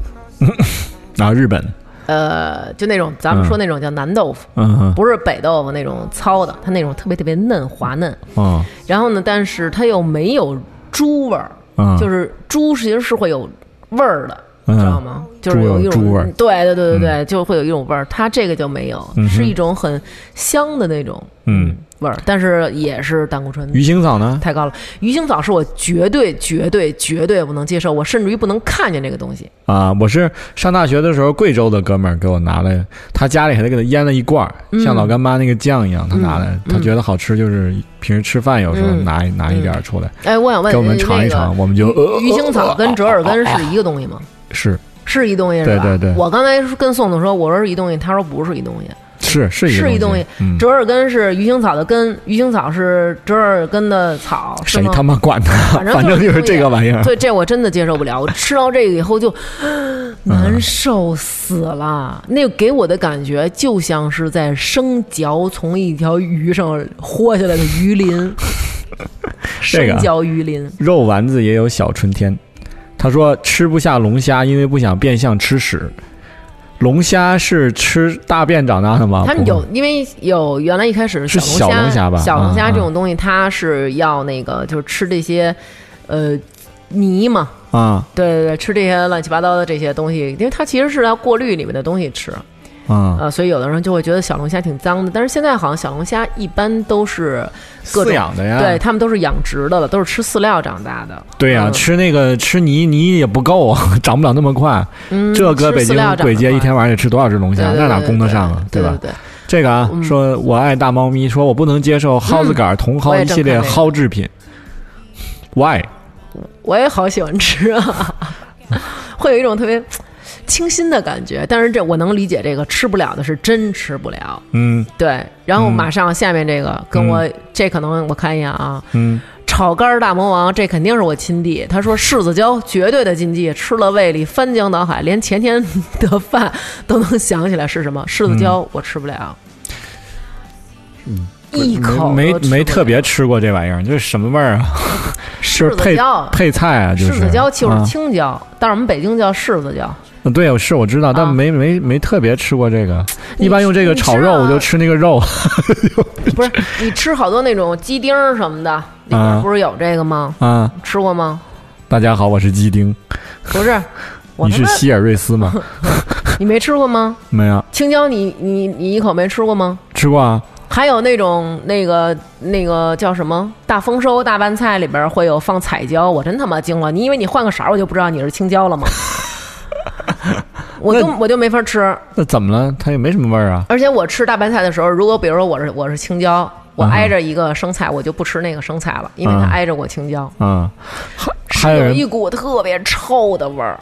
然后啊日本，
呃，就那种咱们说那种叫南豆腐，
嗯
不是北豆腐那种糙的，它那种特别特别嫩滑嫩，
嗯
然后呢，但是它又没有猪味儿，
嗯，
就是猪其实是会有味儿的，
嗯
知道吗？就是
猪有
有一种
猪味儿嗯
对对对对对，就会有一种味儿。它这个就没有，
嗯哼
是一种很香的那种
嗯，
味儿，但是也是胆固醇
鱼腥草呢？
太高了。鱼腥草是我绝对绝对绝对不能接受，我甚至于不能看见这个东西。
啊，我是上大学的时候，贵州的哥们儿给我拿来，他家里还给他腌了一罐儿，
嗯
像老干妈那个酱一样，他拿来，他觉得好吃，就是平时吃饭有时候
嗯
拿一拿一点儿出来
哎，我想问
给我们尝一尝，。我们就
那个
呃
鱼鱼腥草跟折耳根是一个东西吗？
是
是一东西是吧？
对对对
我刚才跟宋总说，我说是一东西，他说不是一东西。
是是
是一
一个
东
东
西
西，嗯，
折耳根是鱼腥草的根，鱼腥草是折耳根的草，是
谁
吗？
他妈管他？
反正
反正
就
就是是这个玩意儿。
对，这我真的接受不了。我吃到这个以后就 难受死了，那个给我的感觉就像是在生嚼从一条鱼上豁下来的鱼鳞，
这个啊
生嚼鱼鳞。
肉丸子也有小春天，他说吃不下龙虾，因为不想变相吃屎。龙虾是吃大便长大的吗？
他们
啊不会
有，因为有原来一开始
是
小
小龙虾吧
小龙虾
嗯
这种东西，它是要那个就是吃这些，呃，泥嘛，
啊
对对对，吃这些乱七八糟的这些东西，因为它其实是要过滤里面的东西吃，
啊，
呃，所以有的人就会觉得小龙虾挺脏的，但是现在好像小龙虾一般都是各
饲
种。
养的呀，
对他们都是养殖的了，都是吃饲料长大的。
对呀、
嗯
吃那个吃泥泥也不够 啊，长不了那么快。
嗯，
这搁
吃
北
饲
京
料长
鬼
得
街一
快
天晚上得吃多少只龙
对
虾，
对
那哪
对
供得
对
上啊？
对
吧？
对对
这个啊，说我爱大猫咪，说我不能接受蒿子杆、茼
我
蒿
也
一
正
系列
看这个
蒿制品。Why？
我也好喜欢吃啊，会有一种特别清新的感觉。但是这我能理解，这个吃不了的是真吃不了。
嗯
对，然后马上下面这个、跟我这可能我看一眼啊，
嗯，
炒肝儿大魔王，这肯定是我亲弟。他说柿子椒绝对的禁忌，吃了胃里翻江倒海，连前天的饭都能想起来是什么。柿子椒我吃不了，一口
嗯没
都吃不
没
了
特别吃过这玩意儿，这是什么味儿 啊？ 就
柿
是
子
配
椒。
配菜啊，就是
柿子椒就是
啊
青椒，但是我们北京叫柿子 椒。
嗯对，是我知道，但
啊
没没没特别吃过这个。
你
一般用这个
你
炒
吃
肉，
啊
我就吃那个肉。
不是，你吃好多那种鸡丁儿什么的，里
啊
面不是有这个吗？
啊，
吃过吗？
大家好，我是鸡丁，
不是，我
你
他
是
妈
希尔 瑞斯吗？
你没吃过吗？
没有，
青椒你你你一口没吃过吗？
吃过啊。
还有那种那个那个叫什么大丰收大拌菜里边会有放彩椒，我真他妈惊了！你以为你换个色儿我就不知道你是青椒 了吗？我就我就没法吃，
那怎么了？它也没什么味儿啊。
而且我吃大白菜的时候，如果比如说我是我是青椒，我
嗯
挨着一个生菜，我就不吃那个生菜了，因为它
嗯
挨着我青椒，
啊、还
是
有
有
人
一股特别臭的味 儿，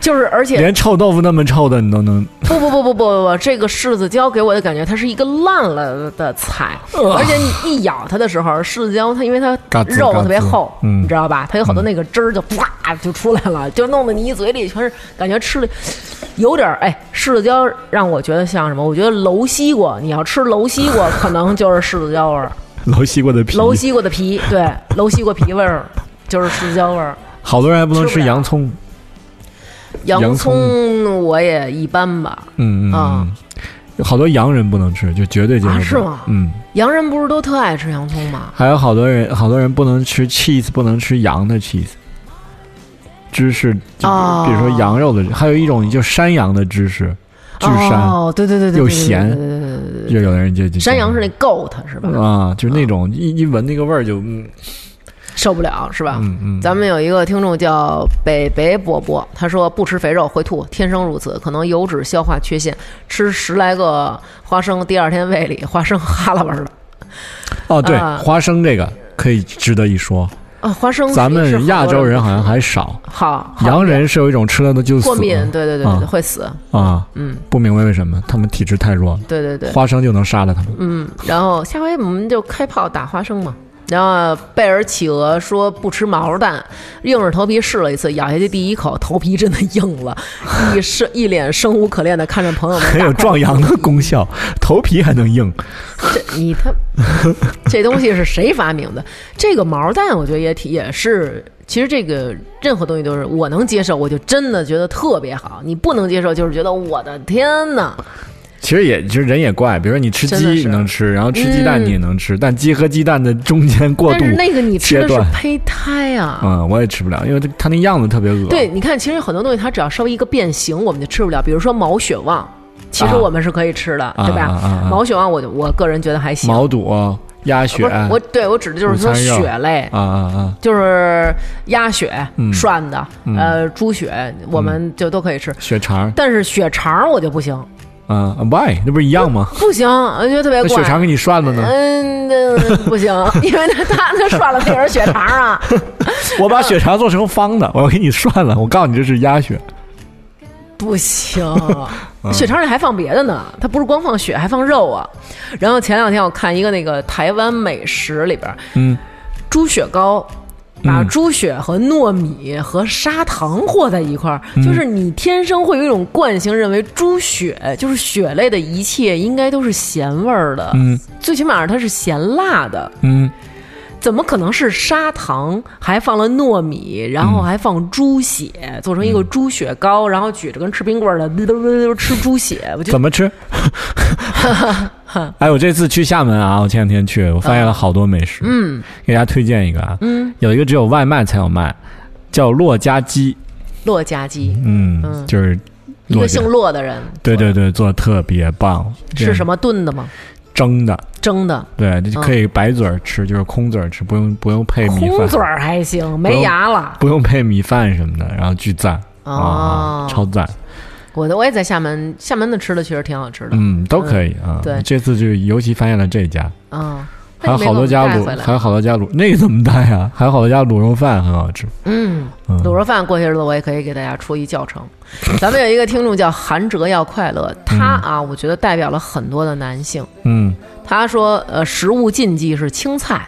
就是而且
连臭豆腐那么臭的你都能
不不不不不不不，这个柿子椒给我的感觉，它是一个烂了的菜，而且你一咬它的时候，柿子椒它因为它
呃嘎吱
肉
嘎吱
特别厚，
嗯
你知道吧？它有好多那个汁儿就啪就出来了，就弄得你一嘴里全是，感觉吃了有点儿哎，柿子椒让我觉得像什么？我觉得楼西瓜，你要吃楼西瓜，可能就是柿子椒味儿，
楼西瓜的 皮。
楼西瓜的皮，对，楼西瓜皮味儿就是柿子椒味儿。
好多人还不能
吃不
吃
了
洋葱。洋
洋
葱
葱我也一般吧，
嗯嗯
啊
嗯，有好多洋人不能吃，就绝对接受不了。
啊是吗
嗯，
洋人不是都特爱吃洋葱吗？
还有好多人，好多人不能吃 cheese，不能吃羊的 cheese。芝士，就
哦
比如说羊肉的，还有一种就山羊的芝士，巨山，
哦，对对对对，
又
对对
咸
对对对对对对
就有的人就就
山羊是那嗯 goat 是吧？
啊，就是那种一一闻那个味儿就嗯
受不了是吧？
嗯嗯，
啊咱们有一个听众叫北北伯伯，他说不吃肥肉会吐，天生如此，可能油脂消化缺陷，吃十来个花生，第二天胃里花生哈喇味儿了。
哦对
啊，
花生这个可以值得一说，
啊，花生是
咱
是
们
很
亚
多
洲人好像
不吃
还少，
好好
洋人是有一种吃了的就死
过敏，对对对对，
啊
会死，
啊，
嗯，
不明白为什么他们体质太弱了，
对对对，
花生就能杀了他们。
嗯，然后下回我们就开炮打花生嘛。然后贝尔企鹅说不吃毛蛋，硬着头皮试了一次，咬下去第一口，头皮真的硬了，一生一脸生无可恋的看着朋友们，
很有壮阳的功效，头皮还能硬。
这你他 这东西是谁发明的？这个毛蛋，我觉得也挺也是。其实这个任何东西都是我能接受，我就真的觉得特别好。你不能接受，就是觉得我的天呐，
其实也，其实人也怪，比如说你吃
真的
鸡
是
你能吃，然后吃鸡蛋你也能吃，但鸡和鸡蛋的中间过
但
渡
是，那个你吃的
切
是
断
胚胎啊，
嗯，我也吃不了，因为它那样子特别恶。
对，，你看，其实很多东西它只要稍微一个变形，我们就吃不了。比如说毛血旺，其实
啊
我们是可以吃的，对吧？
啊啊啊
毛血旺我，我个人觉得还行。
毛肚、鸭血
不是
啊
我，对我指的就是说
午餐肉
血类，
啊啊，
就是鸭血、
嗯
涮的、呃猪血，我们就都可以吃。
血肠
但是血肠儿我就不行，
啊，why 那不是一样吗？
不行，我觉得特别
那血
怪。
肠给你涮了呢，
嗯，那不 行，因为他他他涮了那根血肠儿啊，
我把血肠做成方的，我给你涮了，我告诉你这是鸭血。
不 行，
嗯
血肠里还放别的呢，它不是光放血，还放肉啊。然后前两天我看一个那个台湾美食里边，
嗯，
猪血糕。把
嗯
猪血和糯米和砂糖和在一块儿，
嗯
就是你天生会有一种惯性，认为猪血就是血类的一切应该都是咸味儿的，
嗯
最起码它是咸辣的，
嗯，
怎么可能是砂糖，还放了糯米，然后还放猪血，做成一个猪血糕，然后举着跟吃冰棍儿的，嘟嘟嘟嘟吃猪血，我就
怎 么吃？哎，我这次去厦门啊，我前两天去，我发现了好多美食。嗯，给大家推荐一个啊，嗯，有一个只有外卖才有卖，叫洛家鸡，
洛家鸡，
嗯，
嗯
就是
一
洛
个
家
姓，洛的人，
对对对，做的特别棒，
是什
么
么嗯炖的吗？
蒸的？
蒸的，
对，就可以白嘴儿吃，就是空嘴儿吃，不用不用配米
空
饭，
嘴儿还行，没牙了。
不用配米饭什么的，然后巨赞啊
哦，
超赞，
我的我也在厦门，厦门的吃的确实挺好吃的，
嗯嗯，都可以啊。
嗯对
这次就尤其发现了这家，
嗯。
还还有
没
好多
给
家
我们带
卤
回，来
还有好多家卤，那个怎么带呀？还有好多家卤肉饭很好吃，
嗯，
嗯
卤肉饭过些日子我也可以给大家出一教 程。咱们有一个听众叫韩哲要快乐，他啊，我觉得代表了很多的男性。
嗯，
他说，呃，食物禁忌是青菜，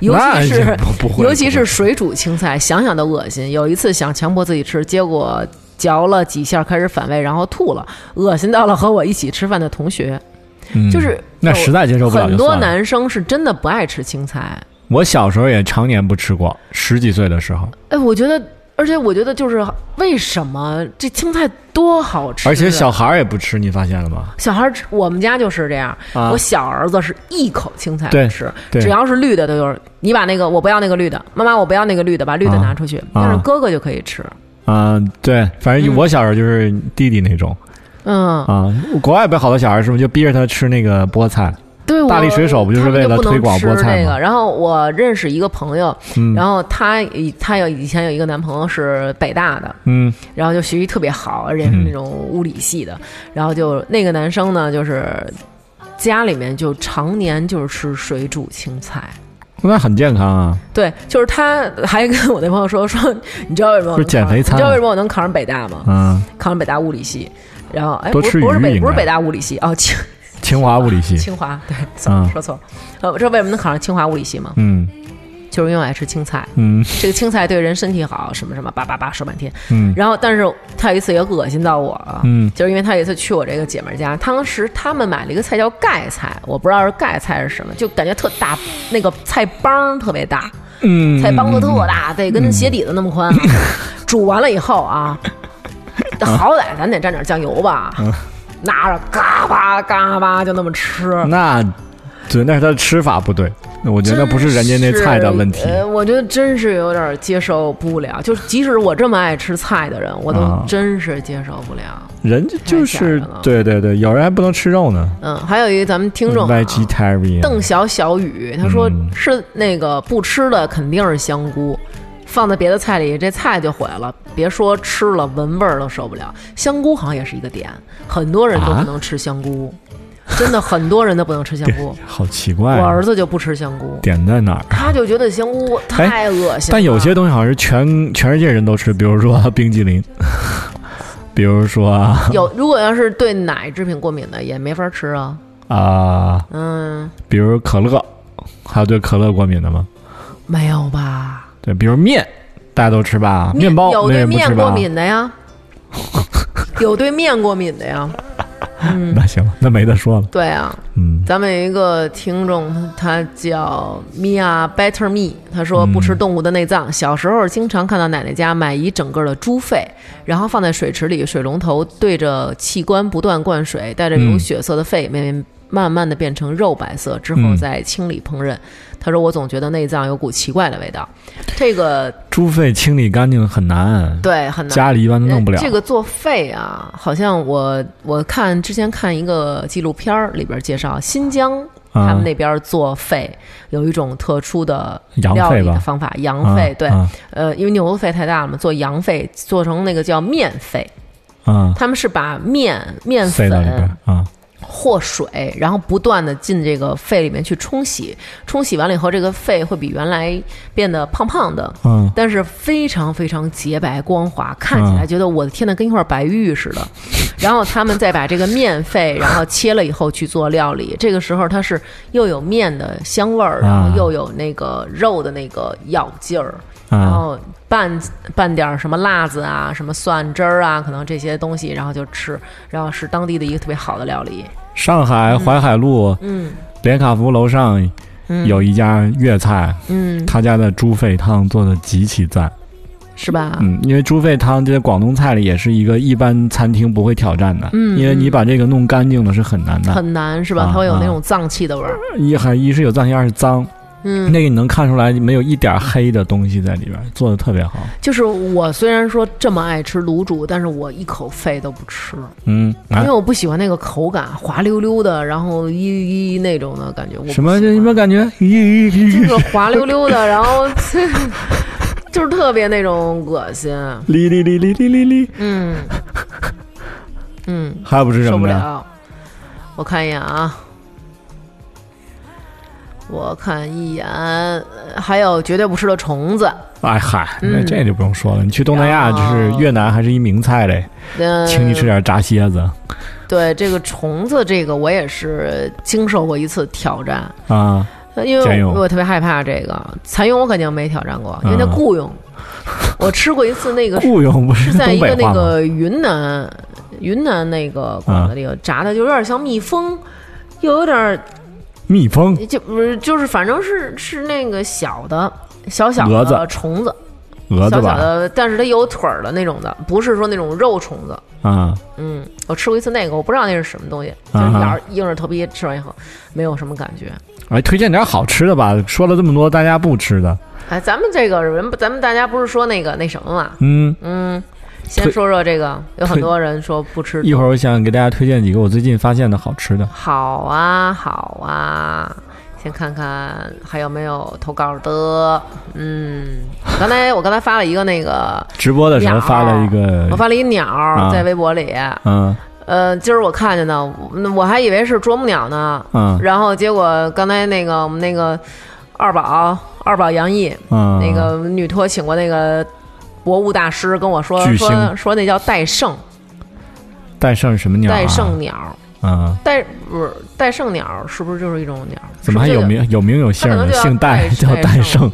尤
那
其是
不不会，
尤其
不
是
会
水煮青菜，想想都恶心。有一次想强迫自己吃，结果嚼了几下开始反胃，然后吐了，恶心到了和我一起吃饭的同学。
嗯
就是
那实在接受不了就
很多
算了。
男生是真的不爱吃青菜。
我小时候也常年不吃过，十几岁的时候，
哎，我觉得，而且我觉得就是为什么这青菜多好吃啊，
而且小孩儿也不吃，你发现了吗？
小孩儿吃，我们家就是这样。
啊
我小儿子是一口青菜
对
不吃，
对
只要是绿的，他就是你把那个我不要那个绿的，妈妈我不要那个绿的，把绿的
啊
拿出去。但是哥哥就可以吃，
啊、对，反正
嗯
我小时候就是弟弟那种
嗯，
啊、国外不是好多小孩是不是就逼着他吃那个菠菜？
对，我
大力水手不就是为了推广菠
他们就不能
菜
吃这
吗
个？然后我认识一个朋友，
嗯
然后他以他有以前有一个男朋友是北大的，
嗯
然后就学习特别好，而且是那种物理系的。然后就那个男生呢，就是家里面就常年就是吃水煮青菜。
那很健康啊。
对，就是他还跟我那朋友说说，你知道为什么我
不
能
是减
考上
肥餐
你知道为什么我能考上北大吗？
嗯，
考上北大物理系，然后哎，
多
不是
吃
不是
鱼
北
应
不是
该
北大物理系 哦，清
清华物理系，
啊清华对，sorry，
嗯
说错了。呃，知道为什么能考上清华物理系吗？
嗯
就是因为我爱吃青菜，
嗯
这个青菜对人身体好，什么什么叭叭叭说半天。
嗯
然后，但是他有一次也恶心到我了，
嗯
就是因为他有一次去我这个姐们儿家，当时他们买了一个菜叫盖菜，我不知道是盖菜是什么，就感觉特大，那个菜帮儿特别大，
嗯，
菜帮子特大，得跟鞋底子那么 宽啊。煮完了以后啊，好歹咱得蘸点酱油吧，
嗯
拿着嘎巴嘎巴就那么吃。
那对，那是他的吃法不对，那嗯我觉得不是人家那菜的问题
真。是呃，我觉得真是有点接受不了。就是即使我这么爱吃菜的人，我都
啊
真是接受不了。
人家就是
太吓人了
对对对，有人还不能吃肉呢。
嗯，还有一个咱们听众、啊。
vegetarian，
邓小小雨，他说
嗯
吃那个不吃的肯定是香菇，放在别的菜里这菜就毁了。别说吃了，闻味儿都受不了。香菇好像也是一个点，很多人都
啊
不能吃香菇，真的很多人都不能吃香 菇。
好奇怪
我
啊、
儿子就不吃香菇，
点在哪儿？
他就觉得香菇太恶心了。
哎但有些东西好像是全全世界人都吃，比如说 冰激凌，比如说啊、
有，如果要是对奶制品过敏的，也没法吃啊。嗯，
啊比如可乐，还有对可乐过敏的吗？
没有吧？
对，比如面，大家都吃吧，面包
有
没
对
人不吃
面过
吧？
敏的呀，有对面过敏的呀。
那行了，那没得说了，
对啊，
嗯
咱们有一个听众，他叫 Mia Better Me，他说
嗯
不吃动物的内脏。小时候经常看到奶奶家买一整个的猪肺，然后放在水池里，水龙头对着器官不断灌水，带着有
嗯
血色的肺，慢慢慢慢的变成肉白色，之后
嗯
再清理烹饪。他说我总觉得内脏有股奇怪的味道，这个
猪肺清理干净很难，
对很难。
家里一般都弄不了。
这个做肺啊，好像我我看之前看一个纪录片儿里边介绍，新疆
啊
他们那边做肺、有一种特殊的
羊
料
肺
理的
吧，
方法，羊肺、
啊
对、
啊
呃，因为牛肺太大了嘛，做羊肺做成那个叫面肺，
啊，
他们是把面面
塞到里边
粉
啊，
和水，然后不断的进这个肺里面去冲洗，冲洗完了以后，这个肺会比原来变得胖胖的，
嗯，
但是非常非常洁白光滑，看起来觉得我的天呐，跟一块白玉似 的。然后他们再把这个面肺，然后切了以后去做料理。这个时候它是又有面的香味儿，
啊
然后又有那个肉的那个咬劲儿，然
啊，
后拌拌点儿什么辣子啊、什么蒜汁儿啊，可能这些东西，然后就吃，然后是当地的一个特别好的料理。
上海淮海路
嗯
联卡福楼上
嗯，
有一家粤菜，
嗯
他家的猪肺汤做的极其赞。
是吧？
嗯，因为猪肺汤在广东菜里也是一个一般餐厅不会挑战的，
嗯
因为你把这个弄干净了是很难的。
很难是吧？
啊
它会有
啊
那种脏器的味儿。
一还一是有脏，二是脏，
嗯，
那个你能看出来没有一点黑的东西在里边，做的特别好。
就是我虽然说这么爱吃卤煮，但是我一口肺都不吃，
嗯，
因
啊
为，我不喜欢那个口感，滑溜溜的，然后一一一那种的感觉。我不
什么
喜
这
欢
你们感觉？咦咦咦
就是滑溜溜的，然后 就是特别那种恶心。
哩哩哩哩哩哩哩，
嗯 嗯，
还不是什
受不
么呢？
了。我看一眼啊，我看一眼，还有绝对不吃的虫子，
哎嗨，
嗯
那这就不用说了。你去东南亚，
然
就
后
是越南，还是一名菜嘞，
哦嗯，
请你吃点炸蝎子
对这个虫子，这个我也是经受过一次挑战，
啊！
呃因
蚕
为
蛹
我我特别害怕这个蚕蛹，我肯定没挑战过，因为它
嗯
雇佣。 我吃过一次那个
雇佣不
是
是
在
东
一
北
个那
话吗？
个云南，云南那个馆子里
嗯
有炸的，就有点像蜜蜂，又有点儿
蜜蜂
就不是就是反正是是那个小的小小
蛾
的
子
虫子，
蛾子
小小
吧？
的，但是它有腿儿的那种的，不是说那种肉虫子。
啊，
嗯，我吃过一次那个，我不知道那是什么东西，就
啊
是
哈
咬着硬着头皮吃完以后，没有什么感觉。
哎，推荐点好吃的吧。说了这么多大家不吃的，
哎，咱们这个人，咱们大家不是说那个那什么嘛？
嗯，
嗯，先
推
说说这个，有很
推
多人说不吃
一会儿我想给大家推荐几个我最近发现的好吃的。
好啊，好啊，先看看还有没有投稿的。嗯，我刚才我刚才发了一个那个，
直播的时候发了一
我
个，
发了一鸟
啊
儿在微博里。
嗯
呃，今儿我看见的，我我还以为是啄木鸟呢。
嗯
然后结果刚才那个我们那个二宝二宝杨毅、
嗯，
那个女托请过那个博物大师跟我说
巨星
说说那叫戴胜
戴胜是什么鸟啊？
戴胜鸟
嗯，
戴不是戴胜鸟是不是就是一种鸟？
怎么还
是不
有
是就
名有名有姓
可能
的？
就要
姓
戴
戴叫戴
戴
胜
胜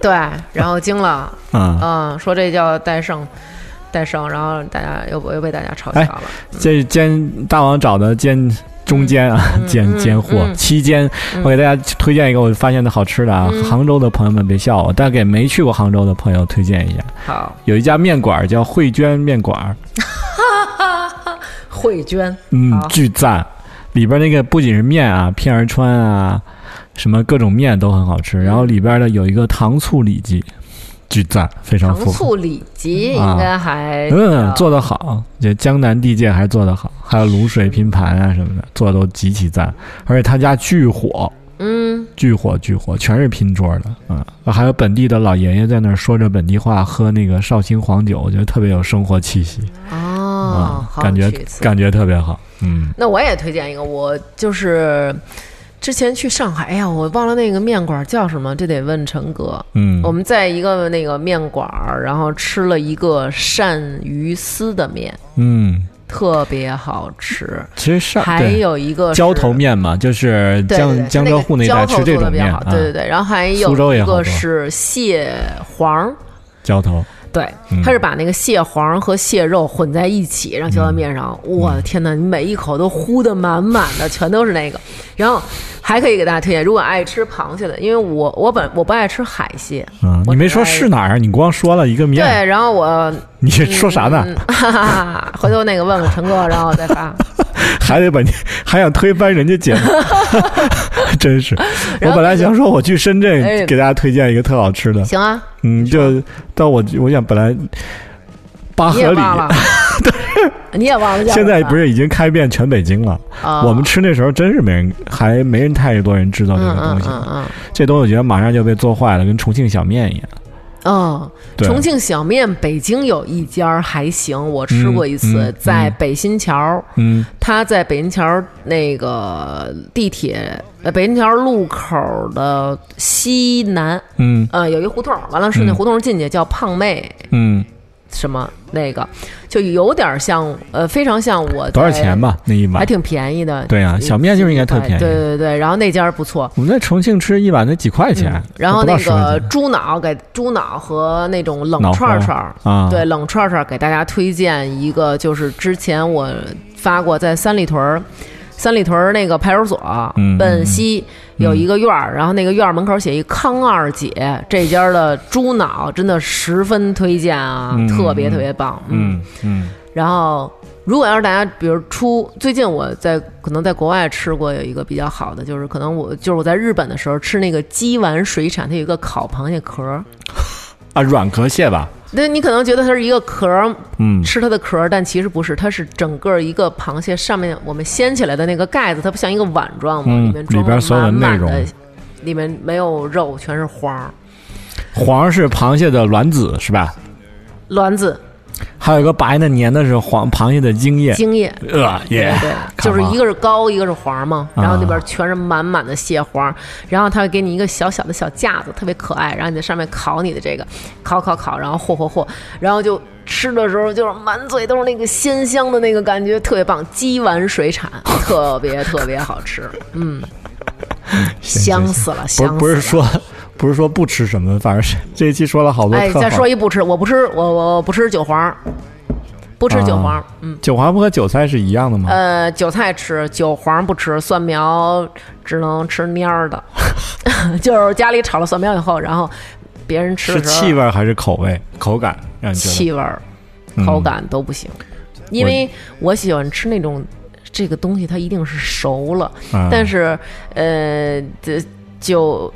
对，然后惊了，
啊。
嗯，说这叫戴胜，戴胜，然后大家又又被大家嘲
哎
笑了。
这奸大王找的奸中间啊，奸奸货
嗯
期间，我给大家推荐一个我发现的好吃的啊，杭州的朋友们别笑我，但给没去过杭州的朋友推荐一下，
好，
有一家面馆叫慧娟面馆，
慧娟，
嗯
好，
巨赞，里边那个不仅是面啊，片儿川啊，什么各种面都很好吃，然后里边的有一个糖醋里脊，巨赞，非常
糖
符合。
醋里脊
啊
应该还
嗯，做得好，这江南地界还做得好，还有卤水拼盘啊什么的，做的都极其赞，而且他家巨火，
嗯
巨火巨火，全是拼桌的啊、嗯！还有本地的老爷爷在那儿说着本地话，喝那个绍兴黄酒，我觉得特别有生活气息
哦
啊、，
好
感觉
去一次
感觉特别好。嗯，
那我也推荐一个，我就是之前去上海，哎呀，我忘了那个面馆叫什么，这得问陈哥。
嗯
我们在一个那个面馆儿，然后吃了一个鳝鱼丝的面，
嗯，
特别好吃。
其实上
还
对
有一个是
浇头面嘛，就是
对对对
江江浙沪那一带吃这种
浇头做得
面
比较好对对
啊，
对。然后还
苏州
有
也
一
好多
个是蟹黄，
浇头
对
嗯，
它是把那个蟹黄和蟹肉混在一起，然后浇到面上。
嗯
我的天哪，你每一口都糊得满满的，全都是那个。然后还可以给大家推荐，如果爱吃螃蟹的，因为我我本我不爱吃海蟹，
啊，
我
你没
只
说
爱
是哪儿，你光说了一个面，
对，然后我
你说啥呢？啊
嗯 哈哈哈哈，回头那个问问陈哥，然后我再 发。
还得把你 还想推翻人家 节目，真是！我
然后
本来想说我去深圳
哎
给大家推荐一个特好吃的，
行啊，
嗯，就但我我想本来八
你也
合里
忘了， 你也忘了叫什
现
么。
在不是已经开遍全北京了，
啊
我们吃那时候真是没人还没人太多人知道这
嗯
个东
嗯
西，
嗯嗯
这东西我觉得马上就被做坏了，跟重庆小面一样。
嗯。
对，
重庆小面，北京有一家儿还行，我吃过一次，
嗯嗯
在
嗯
北新桥，
嗯
它在北新桥那个地铁，呃，北新桥路口的西南，
嗯
呃，有一胡同儿，完了顺那
嗯
胡同儿进去叫胖妹
嗯，
什么那个，就有点像，呃，非常像我
多
在
少钱？吧那一碗
哎还？挺便宜的，
对啊，小面就是应该特便
对
宜。
对对，然后那家儿不错，
我们在重庆吃一碗才几块钱，
嗯然后
不到
那
10块
个
钱
猪脑给猪脑和那种冷
脑花
串串儿
啊
对冷串串儿给大家推荐一个，就是之前我发过在三里屯儿，三里屯儿那个派出所
嗯
奔西有一个院儿，然后那个院儿门口写一康二姐这家儿的猪脑真的十分推荐啊，
嗯
特别特别棒，
嗯嗯
然后，如果要是大家比如出，最近我在可能在国外吃过有一个比较好的，就是可能我就是我在日本的时候吃那个鸡丸水产，它有一个烤螃蟹壳儿。
啊，软壳蟹吧，
那你可能觉得它是一个壳儿，
嗯
吃它的壳儿，但其实不是，它是整个一个螃蟹上面我们掀起来的那个盖子，它不像一个碗状吗？
嗯
里面装
里边所有的
满满
内容
里面没有肉，全是花儿、
黄是螃蟹的卵子是吧？
卵子，
还有一个白的粘的是黄螃蟹的精液，
精液。
呃耶，
对，
看
就是
吧
一个是膏，一个是黄嘛，然后
啊
那边全是满满的蟹黄，然后他会给你一个小小的小架子，特别可爱，然后你在上面烤你的这个，烤烤烤，然后和和和，然后就吃的时候就是满嘴都是那个鲜香的那个感觉，特别棒，鸡丸水 产，特别特别好吃，嗯，香死了，
不
香
是
死了。
不是说不是说不吃什么，反正是这一期说了好多
哎，
特
再
好
说。一不吃，我不吃，我我不吃韭黄，不吃韭黄，
啊
嗯。
韭黄不和韭菜是一样的吗？
呃，韭菜吃，韭黄不吃，蒜苗只能吃蔫儿的， 就是家里炒了蒜苗以后，然后别人吃
是
的时候，
气味儿还是口味、口感让你觉得？嗯
气味儿、口感都不行，因为我喜欢吃那种这个东西，它一定是熟了，
啊
但是呃，这就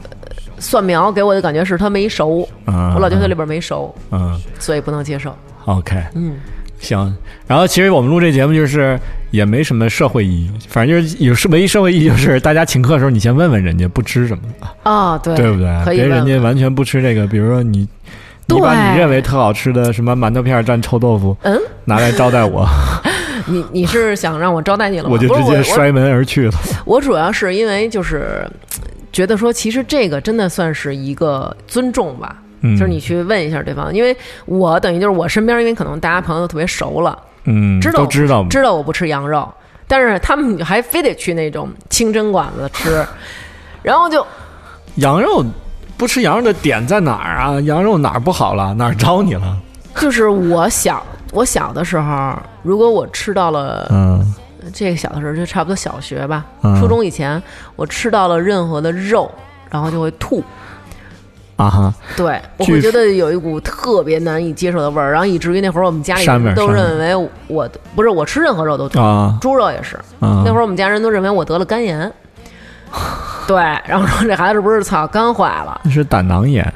蒜苗给我的感觉是它没熟，
啊
我老觉得它里边没熟，
嗯
所以不能接受。
，OK，
嗯，
行。然后其实我们录这节目就是也没什么社会意义，反正就是有唯一社会意义就是大家请客的时候你先问问人家不吃什么，
啊、对，
对不对？
可以
别
问
人家完全不吃这个，比如说你。你把
对
你认为特好吃的什么馒头片儿蘸臭豆腐
嗯，
拿来招 待我，
你你是想让我招待你了吗？
我就
不是
直接
我
摔门而 去了。
我主要是因为就是嘖觉得说，其实这个真的算是一个尊重吧，
嗯
就是你去问一下对方，因为我等于就是我身边，因为可能大家朋友都特别熟了，
嗯，
知道
都知道，
知道我不吃羊肉，但是他们还非得去那种清真馆子吃， 然后就
羊肉不吃羊肉的点在哪儿啊？羊肉哪儿不好了？哪儿招你了？
就是我小我小的时候，如果我吃到了
嗯
这个小的时候就差不多小学吧，
嗯
初中以前，我吃到了任何的肉，然后就会吐。
啊哈，
对，我
据
会
说
觉得有一股特别难以接受的味儿，然后以至于那会儿我们家里
膻味
人
儿
都
膻味
认
儿
为我不是我吃任何肉都吐，
啊
猪肉也是。
啊！
那会儿我们家人都认为我得了肝 炎，对，然后说这孩子是不是操肝坏了
那是胆囊炎，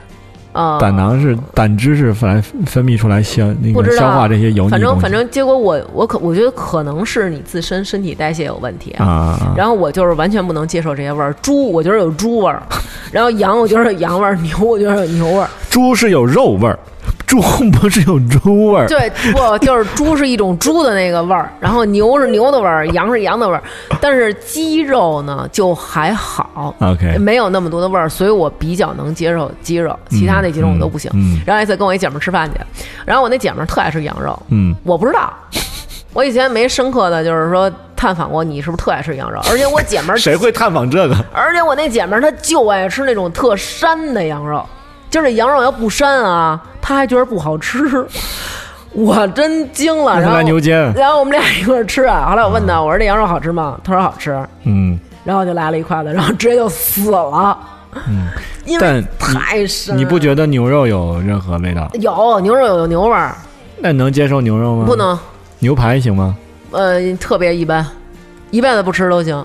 啊？
胆囊是胆汁是分分泌出来消那
不
个
知道
消化这些油腻
反
的
正
东西。
反正结果我我可我觉得可能是你自身身体代谢有问题。
啊，
然后我就是完全不能接受这些味儿，猪我觉得有猪 味儿，然后羊我觉得有羊味儿，牛我觉得有牛味儿，
猪是有肉味儿，猪不是有猪味儿。
对，不就是猪是一种猪的那个味儿，然后牛是牛的味儿，羊是羊的味儿，但是鸡肉呢就还好，
嗯 OK，
没有那么多的味儿，所以我比较能接受鸡肉，其他那几种我都不行。
嗯嗯
然后有一次跟我一姐们儿吃饭去，然后我那姐们儿特爱吃羊肉，
嗯，
我不知道，我以前没深刻的就是说探访过你是不是特爱吃羊肉，而且我姐们儿
谁会探访这个？
而且我那姐们儿她就爱吃那种特膻的羊肉，就是羊肉要不膻啊，她还觉得不好吃。 我真惊了，啊
那她
然
来
后呃
牛街
然后我们俩一块儿吃啊。后来我问她，我说这羊肉好吃吗？她说好吃，
嗯，
然后我就来了一筷子，然后直接就死了。嗯，因为
但
太膻了，
你不觉得牛肉有任何味道？
有牛肉有牛味儿，
那你能接受牛肉吗？
不。能，
牛排行吗？
呃，特别一般，一辈子不吃都行。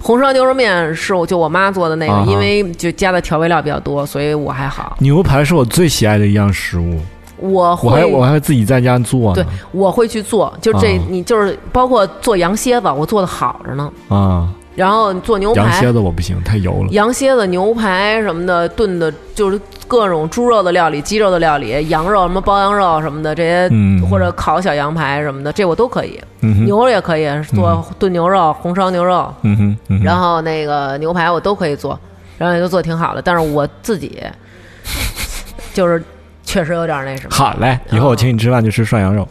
红烧牛肉面是我就我妈做的那个，
啊哈
因为就加的调味料比较多，所以我还好。
牛排是我最喜爱的一样食物，
我
我还
会
我还自己在家做
对
呢。，
我会去做，就这、
啊
你就是包括做羊蝎子，我做的好着呢。
啊，
然后做牛
羊
排
蝎、子我不行，太油了。
羊蝎子、牛排什么的，炖的就是各种猪肉的料理、鸡肉的料理、羊肉什么包羊肉什么的这些，
嗯
或者烤小羊排什么的，这我都可以。
嗯哼，
牛肉也可以做炖牛肉、红烧牛肉，
嗯哼，嗯哼
然后那个牛排我都可以做，然后也都做挺好的。但是我自己就是确实有点那什么。
好嘞，以后我请你吃饭就吃涮羊
啊
肉，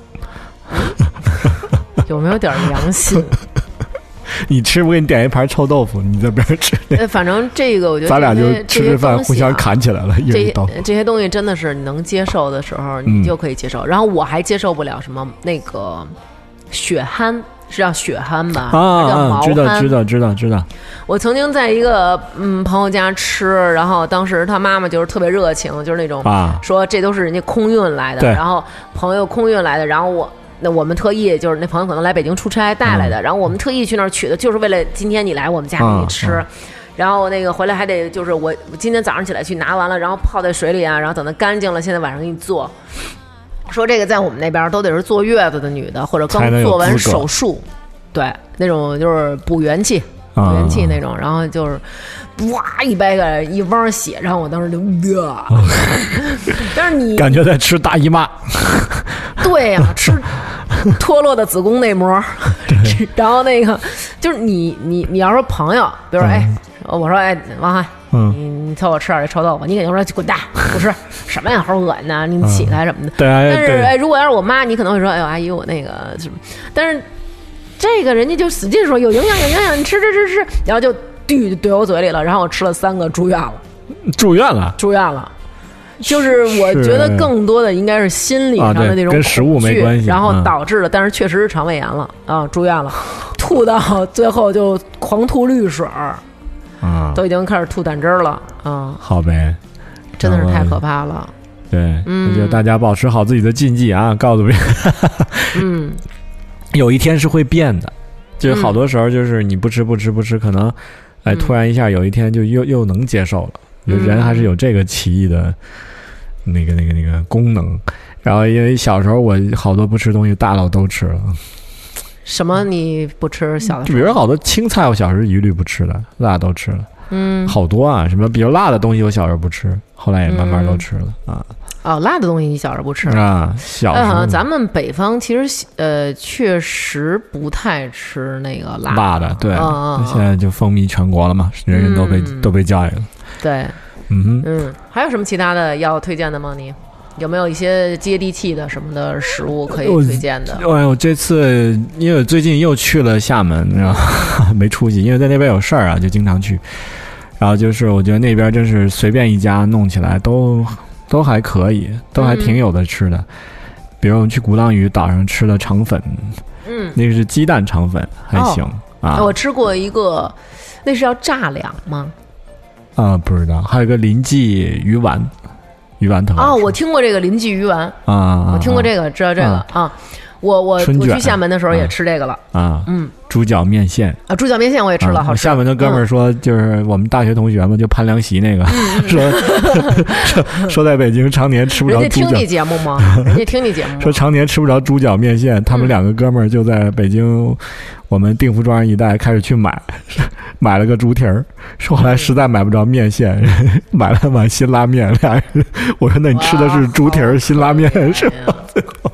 有没有点良心？
你吃我给你点一盘臭豆腐，你在边儿吃，
呃，反正这个我觉得
咱俩就
这些啊
吃着饭互相。砍起来了，一
这
人
些
一
东
刀
西。啊这些这些东西真的是你能接受的时候，
嗯
你就可以接受。然后我还接受不了什么那个血憨，是叫血憨吧？
啊
叫
啊，
毛
知道
憨
知。道知道知道，
我曾经在一个嗯朋友家吃，然后当时他妈妈就是特别热情，就是那种
啊
说这都是人家空运来的，
对
然后朋友空运来的，然后我。那我们特意就是那朋友可能来北京出差带来的，然后我们特意去那儿取的，就是为了今天你来我们家给你
嗯
吃，然后那个回来还得就是我我今天早上起来去拿完了，然后泡在水里啊，然后等它干净了，现在晚上给你做。说这个在我们那边都得是坐月子的女的，或者
才能
刚
有
做完
资格
手术，对，那种就是补元气，
啊
元气那种，然后就是哇一掰开一汪血，然后我当时就，呃 但是你
感觉在吃大姨妈。
对对呀、吃脱落的子宫内膜， 然后那个就是你你你要说朋友，比如说、哎，我说哎王涵，
嗯
你你凑合吃点这臭豆腐，你肯定说滚蛋，不吃什么呀，好恶心呐，你起来什么的。
对啊
但是
对
哎，如果要是我妈，你可能会说哎呦阿姨我那个什么，但是这个人家就使劲说有营养有营养，你吃吃吃吃，然后就怼怼我嘴里了，然后我吃了三个住院了。
住院了。
住院了。就是我觉得更多的应该是心理上的那
啊对
种
跟食物没
恐惧
关系
然后
嗯
导致了，但是确实是肠胃炎了啊，住院了， 吐到最后就狂吐绿水儿，
啊，
都已经开始吐胆汁儿了啊，
好呗，
真的是太
嗯
可怕了。
对，那就大家保持好自己的禁忌啊，告诉别人，
嗯，
有一天是会变的，就是好多时候就是你不吃不吃不吃，可能，
嗯
哎，突然一下有一天就又又能接受了，就人还是有这个奇异的，那个那个那个功能。然后因为小时候我好多不吃东西，大了我都吃了，
什么你不吃小的
就
时
比
候？
如好多青菜我小时候一律不吃的，辣都吃了，
嗯，
好多啊，什么比如辣的东西我小时候不吃，后来也慢慢都吃了啊
哦，辣的东西你小时候不吃。
啊，小时
哎，好
候
像咱们北方其实呃确实不太吃那个辣
辣的，对，
嗯嗯嗯
现在就风靡全国了嘛，人人都被、
嗯
都被教育了。
对，
嗯哼，
嗯，还有什么其他的要推荐的吗？你有没有一些接地气的什么的食物可以推荐的？
哎我这次因为我最近又去了厦门，然后 没出息，因为在那边有事儿啊，就经常去。然后就是我觉得那边真是随便一家弄起来都都还可以，都还挺有的吃的。比如我们去鼓浪屿岛上吃的肠粉，
嗯，
那个是鸡蛋肠粉，还
哦
行、啊。
我吃过一个，那是要炸两吗？
啊、不知道，还有一个林记鱼丸，鱼丸头
哦，我听过这个邻居鱼丸，
啊啊，
我听过
啊
这个，知道这个啊。我我
春
我
卷
去厦门的时候也吃这个了
啊，
嗯，
猪脚面线
啊，猪脚面线我也吃
啊
了，好吃。嗯
厦门的哥们儿说，就是我们大学同学嘛，就潘良习那个， 说说说在北京常年吃
嗯
不
人
着
家
猪
听
脚
你，节目 吗？人家听你节目吗
说？常年吃不着猪脚面线，
嗯
他们两个哥们儿就在北京我们定福庄一带开始去买， 买了个猪蹄儿，说后来实在买不着面线， 买了碗辛拉面，俩人我说那你吃的是猪蹄儿辛拉面
啊
是吧？
吧？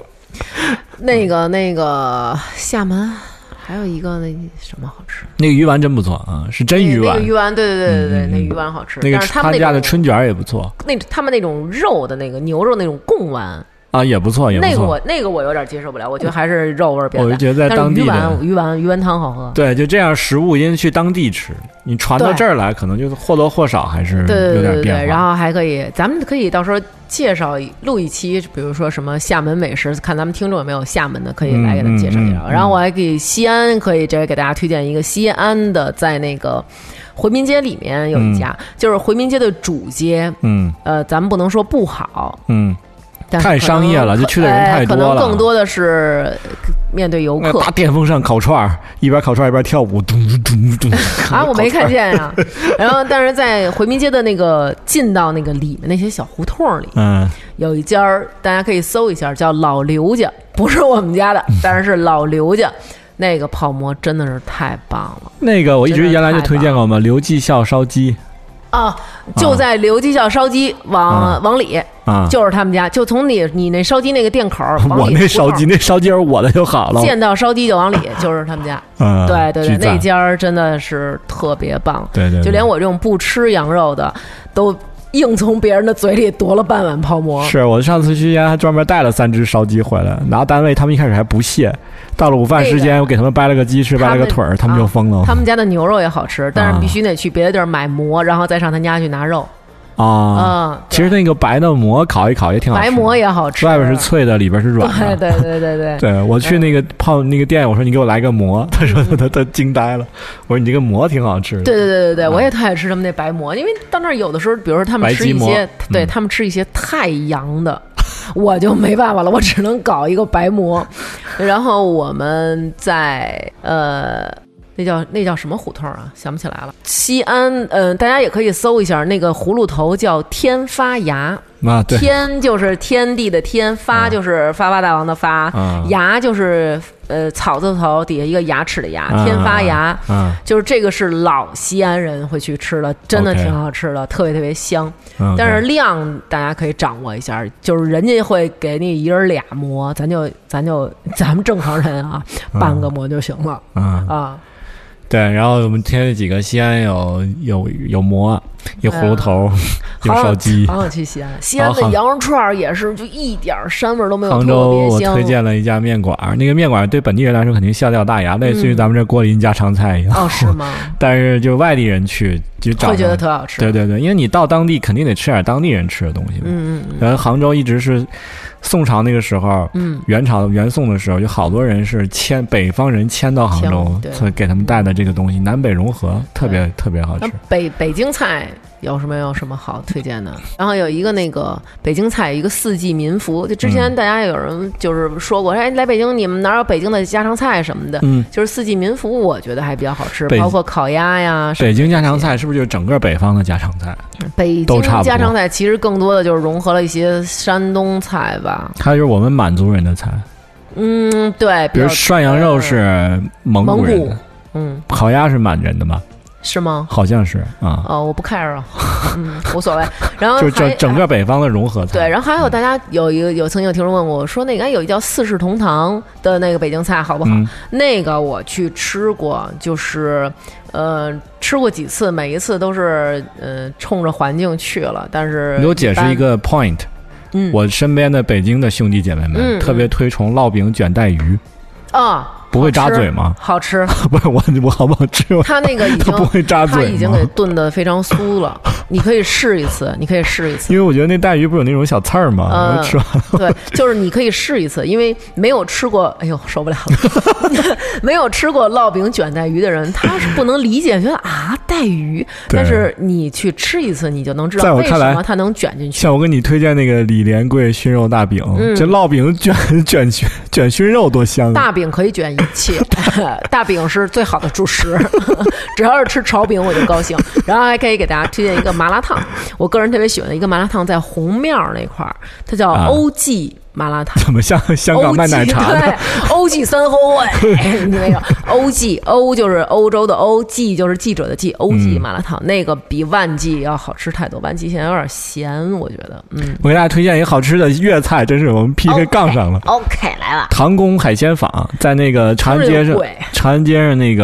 那个那个厦门还有一个那什么好吃？
那个鱼丸真不错啊，是真鱼
那
丸
个，鱼丸，对对对对对，
嗯嗯嗯
那鱼丸好吃。
那个
但是他
他
们那
家的
种
春卷儿也不错
那他们那种肉的那个牛肉那种贡丸，
啊，也不错也不
那个
错哦
我。那个我有点接受不了，我觉得还是肉味儿比较
我就
大。
觉得在
但
当
是
地
鱼
的
丸鱼丸鱼丸汤好喝。
对，就这样，食物因去当地吃，你传到
对
这儿来，可能就是或多或少还是
对对
有
对
点
对
变化。
对，然后还可以，咱们可以到时候介绍一录一期，比如说什么厦门美食，看咱们听众有没有厦门的，可以来给他们介绍介绍。
嗯嗯嗯
然后我还给西安，可以这给大家推荐一个西安的，在那个回民街里面有一家，就是回民街的主街，
嗯
呃，咱们不能说不好，
嗯，
但是
太
可
商
能
业了就去的人
哎
太
可
多
能
了哎
更多的是面对游
那
客
大电风扇烤串儿，一边烤串儿一边跳舞，咚咚咚咚。
啊，我没看见 呀、然后，但是在回民街的那个进到那个里面那些小胡同里，
嗯，
有一家儿大家可以搜一下，叫老刘家，不是我们家 的，但是是老刘家。那个泡馍真的是太棒了
那个我一直
真的
原来就
太
推荐过嘛，刘记孝烧鸡
啊！就在刘记小烧鸡往、
啊
往里，
啊，
就是他们家，就从你你那烧鸡那个店口儿往
我
里
那
胡
烧
同
鸡，那烧鸡是我的就好了。
见到烧鸡就往里，就是他们家。
嗯，
对对对，
巨赞嗯
那家儿真的是特别棒，
对对，对
就连我这种不吃羊肉的，都硬从别人的嘴里夺了半碗泡馍。
是我上次去西安还专门带了三只烧鸡回来，拿单位他们一开始还不屑，到了午饭时
那
间，
个啊
我给他们掰了个鸡翅，掰了个腿儿，他们就疯了
他们家的牛肉也好吃，但
啊
是必须得去别的地儿买馍，然后再上他家去拿肉。
啊。
嗯，
其实那个白的馍烤一烤也挺好吃
白
的，
馍也好吃，
外边是脆的，里边是软
对
的。
对对对对。
对我去那个泡那个店，我说你给我来个
嗯
馍，他说他他惊呆了，我说你这个馍挺好吃的。
对对对对对，我也特爱吃他们那白馍，因为到那儿有的时候，比如说他们
白
吃
吉
一
馍
些，对
嗯
他们吃一些太洋的，我就没办法了，我只能搞一个白馍。然后我们在呃那叫那叫什么胡同啊？想不起来了。西安，嗯、大家也可以搜一下，那个葫芦头叫天发崖，
啊，对，嗯
天就是天地的天，发就是发发大王的发，
啊
牙就是呃草字头底下一个牙齿的牙，
啊
天发牙。
啊，
就是这个是老西安人会去吃的，真的
OK
挺好吃的特别特别香。
嗯
但是量大家可以掌握一下，就是人家会给你一人俩馍，咱就咱就 咱们正常人啊，半个馍就行了
对啊，
啊。
对，然后我们贴了几个西安有有有馍，有葫芦头， 有
好
烧
想
鸡。
嗯好想去西安，西安的
好
羊肉串儿也是就一点儿膻味儿都没有，
杭州
特
我
别香。
推荐了一家面馆儿，那个面馆儿对本地人来说肯定笑掉大牙，类似于咱们这锅林家常菜一样。
嗯哦，是 吗？
但是就外地人去就找
会觉得
上
特好吃。
对对对，因为你到当地肯定得吃点当地人吃的东西嘛。
嗯嗯
然后杭州一直是宋朝那个时候，
嗯，
元朝元宋的时候，有好多人是迁北方人迁到杭
迁
州
对，嗯
所以给他们带的这个东西，南北融合，特别特别好
那
吃。
北北京菜有什么有什么好推荐的？然后有一个那个北京菜，一个四季民福，就之前
嗯
大家有人就是说过，哎，来北京你们哪有北京的家常菜什么的？
嗯，
就是四季民福，我觉得还比较好吃，
北
包括烤鸭呀。什么
北京家常菜是不是就是整个北方的家常菜？
北京
都差不多
家常菜其实更多的就是融合了一些山东菜吧。
它就是我们满族人的菜，
嗯，对，
比
比
如
较
涮羊肉是蒙
呃蒙
古人
古
的，，
嗯，
烤鸭是满人的吧？
是吗？
好像是啊，
哦，我不 care 了，嗯，无所谓。然后
就是
还
整整个北方的融合菜。嗯
对，然后还有大家有一个有曾经有听众问我说，那个哎有一叫四世同堂的那个北京菜好不好？
嗯
那个我去吃过，就是呃吃过几次，每一次都是呃冲着环境去了，但是
你给我解释一个 point，
嗯
我身边的北京的兄弟姐妹们
嗯
特别推崇烙饼卷带鱼，
般啊，
不会扎
好吃
嘴吗？
好 吃，
不是我我好不好吃？
它那个已
他不
经
会扎
它
嘴
已经
吗
给？炖的非常酥了，你可以试一次，你可以试一次。
因为我觉得那带鱼不是有那种小刺儿吗？
嗯
我吃完
对，就是你可以试一次，因为没有吃过，哎呦受不了了， 没有吃过烙饼卷带鱼的人，他是不能理解，觉得啊带鱼，
对
但是你去吃一次，你就能知
在
道
我
为
看
什
来
么它能卷进去。
像我给你推荐那个李连贵熏肉大饼，这烙饼卷 卷熏卷熏肉多香啊！
嗯大饼可以卷一切， 大饼是最好的主食， 只要是吃炒饼我就高兴。然后还可以给大家推荐一个麻辣烫，我个人特别喜欢的一个麻辣烫，在红庙那块儿，它叫
啊
欧记麻辣烫。
怎么像香港卖奶茶
欧记
的？
对，欧记三后卫，那个欧记欧就是欧洲的欧，记就是记者的记，欧记麻辣烫、那个比万记要好吃太多，万记现在有点咸，我觉得，嗯
我给大家推荐一个好吃的粤菜，真是我们 PK 杠上了。
，OK 来了，
唐宫海鲜坊在那个长安街
是不
上
是有鬼，
长安街上那个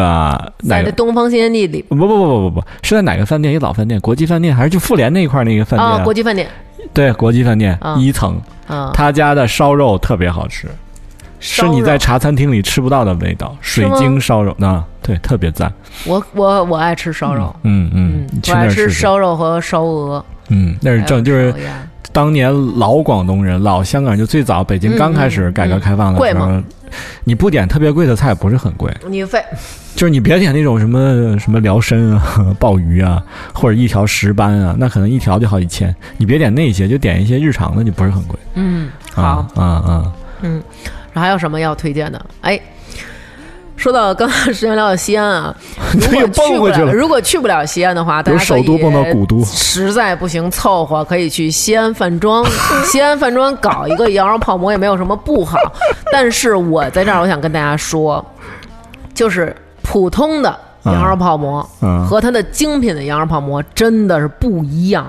哪
在这
个？
东方新天地里。
不不不不不不，是在哪个饭店？一老饭店，国际饭店还是就妇联那一块儿那个饭
啊、
店？
国际饭店，
对，国际饭店、
啊
一层，
啊、
他家的烧肉特别好吃。是
烧
你
肉
在茶餐厅里吃不到的味道，水
吗
晶烧肉啊，对，特别赞。
我我我爱吃烧肉，
嗯嗯
嗯，
你，去
我
那
爱
儿
吃
试试。
烧肉和烧鹅，哎
嗯，那是
还有
正就是
烧鸭
当年老广东人、老香港人，就最早北京刚开始改革开放的
嗯贵
时候，
吗
你不点特别贵的菜不是很贵，
你非
就是你别点那种什么什么辽参啊、 鲍鱼啊，或者一条石斑啊，那可能一条就好几千。你别点那些，就点一些日常的，就不是很贵。
嗯好。
啊啊啊！
然后还有什么要推荐的？哎，说到刚刚之前聊到西安 啊，如
又
果
蹦
去不
过去
了，
了
如果去不了西安的话，大
由
家
首都蹦到古都
实在不行凑合，可以去西安饭庄。 西安饭庄搞一个羊肉泡馍也没有什么不好， 但是我在这儿我想跟大家说，就是普通的
啊
羊肉泡馍
嗯
和它的精品的羊肉泡馍真的是不一样。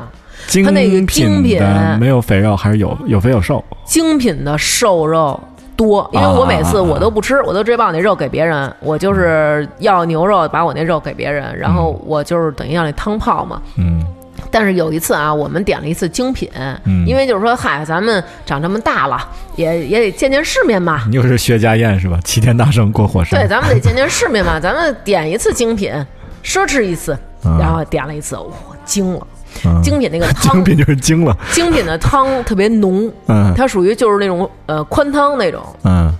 精
它那个精
品
品
的没有肥肉，还是有有肥有瘦。
精品的瘦肉多，
啊
因为我每次我都不吃，我都直接把我那肉给别人，我就是要牛肉，把我那肉给别人，然后我就是等于要那汤泡嘛。
嗯
但是有一次啊，我们点了一次精品，
嗯，
因为就是说，嗨，咱们长这么大了，也也得见见世面嘛。
你又是薛家燕是吧？齐天大圣过火山。
对，咱们得见见世面 嘛，咱们点一次精品，奢侈一次，然后点了一次，我惊了，
嗯
精品那个汤
精品就是精了。
精品的汤特别浓，
嗯
它属于就是那种呃宽汤那种，
嗯，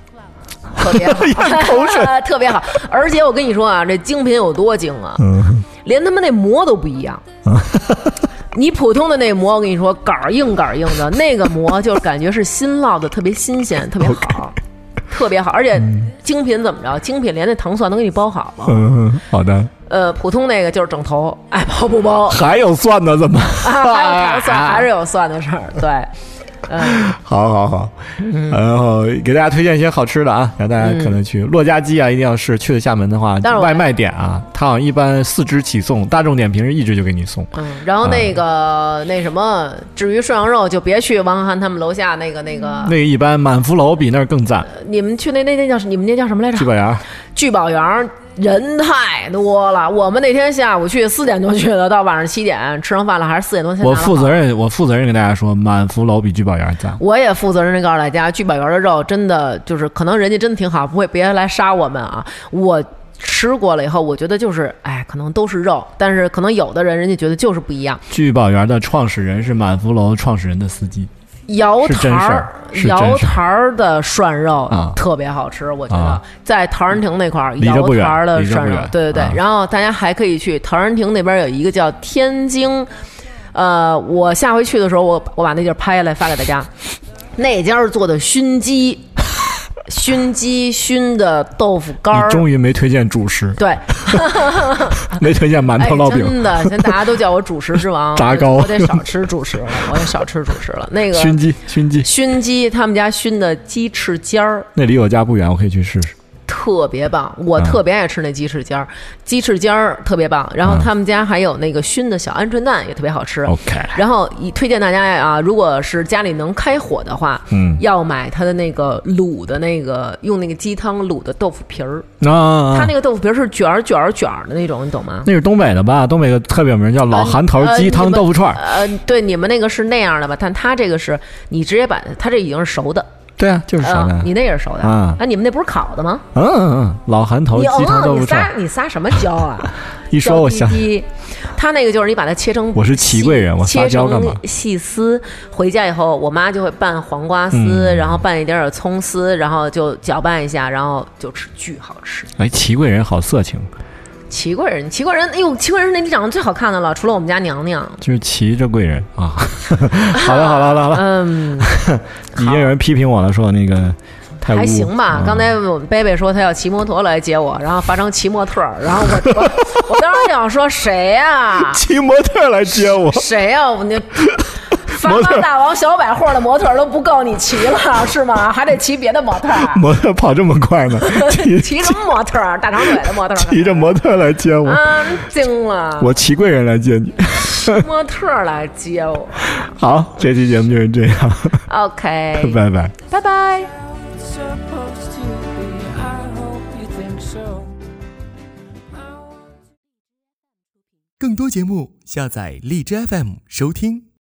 特别好，
口水
特别好。而且我跟你说啊，这精品有多精啊，
嗯
连他妈那馍都不一样。你普通的那馍，我跟你说，杆儿硬杆儿硬的，那个馍就感觉是新烙的，特别新鲜，特别好。特别好，而且精品怎么着？精品连那糖蒜都给你包好了。
嗯，好的。，
呃，普通那个就是整头，爱包不包
还有蒜的怎么？
啊、还有糖蒜还是有蒜的事儿。对，嗯，
好好好，然后给大家推荐一些好吃的啊，让大家可能去洛家鸡啊，一定要试。去了厦门的话
但是，我
外卖点啊，它好像一般四只起送，大众点评是一只就给你送。
嗯，然后那个、那什么，至于涮羊肉，就别去王涵他们楼下那个那个
那，个一般满福楼比那儿更赞，
你们去那那那叫你们那叫什么来着
聚？宝 园儿
聚宝园儿人太多了，我们那天下午去四点多去的，到晚上七点吃上饭了，还是四点多先
我
拿了
负
饭
责任，我负责任跟大家说，满福楼比聚宝园儿赞。
我也负责任的告诉大家，聚宝园的肉真的就是，可能人家真的挺好，不会别来杀我们啊。我吃过了以后，我觉得就是，哎，可能都是肉，但是可能有的人人家觉得就是不一样。
聚宝园的创始人是满福楼创始人的司机，
瑶
是真
台儿
事儿是，真
瑶
事儿
台儿的涮肉
啊
特别好吃，我觉得
啊
在陶然亭那块儿，
离着
瑶
不远
台儿的
离着
涮
不
肉
远，
对对对
啊。
然后大家还可以去陶然亭那边有一个叫天津，呃，我下回去的时候，我我把那地儿拍下来发给大家。那家儿做的熏 鸡，熏鸡熏的豆腐干儿
你，终于没推荐主食，
对，
没推荐馒
哎
头烙，饼、
真的，现在大家都叫我主食之王，
炸糕
我得少吃主食了，我得少吃主食了。那个
熏鸡、熏鸡。
熏鸡，他们家熏的鸡翅尖儿
那离我家不远，我可以去试试。
特别棒，我
啊
特别爱吃那鸡翅尖儿，鸡翅尖儿特别棒。然后他们家还有那个熏的小鹌鹑蛋也特别好吃。
OK，
然后一推荐大家呀啊，如果是家里能开火的话，
嗯
要买它的那个卤的那个用那个鸡汤卤的豆腐皮儿，
那、
它那个豆腐皮儿是卷儿卷儿卷儿的那种，你懂吗？
那是东北的吧？东北有个特别有名叫老韩头
呃
鸡汤豆腐串儿。
呃，对，你们那个是那样的吧？但它这个是你直接把它这已经是熟的，
对啊，就是啥
啊
呢，？
你那也是熟的
啊
你们那不是烤的吗？
嗯嗯嗯，老韩头
你哦，
鸡汤豆腐
你
串
撒
儿。
你撒什么椒 啊？
一说我
椒
想
滴，滴，他那个就是你把它切成细，
我是祺贵人我撒
切
椒干嘛
成细丝，回家以后我妈就会拌黄瓜丝，
嗯
然后拌一点点葱丝，然后就搅拌一下，然后就吃，巨好吃。
哎，祺贵人好色情，
齐贵人，齐贵人，哎呦，齐贵人是那里长得最好看的了，除了我们家娘娘。
就是骑着贵人啊。 好了好了好了好了，
嗯，
已经有人批评我了，说我那个太污。
还行吧。
嗯
刚才我们贝贝说他要骑摩托来接我，然后发生骑模特儿，然后我 我我当时想说谁啊呀、
骑摩托来接我，
谁呀、我那发
模特
发大王小百货的模特儿都不够你骑了 是吗？还得骑别的模特儿。
摩托跑这么快 呢？骑
骑什么模特儿？大长腿的模特儿。
骑着摩托来接我，
啊，惊了！
我骑贵人来接你。
模特儿来接我。
好，这期节目就是这样，
OK，
拜拜。
拜拜。
supposed to be. I hope you think so. I want-
更多节目，下载荔枝 FM 收听。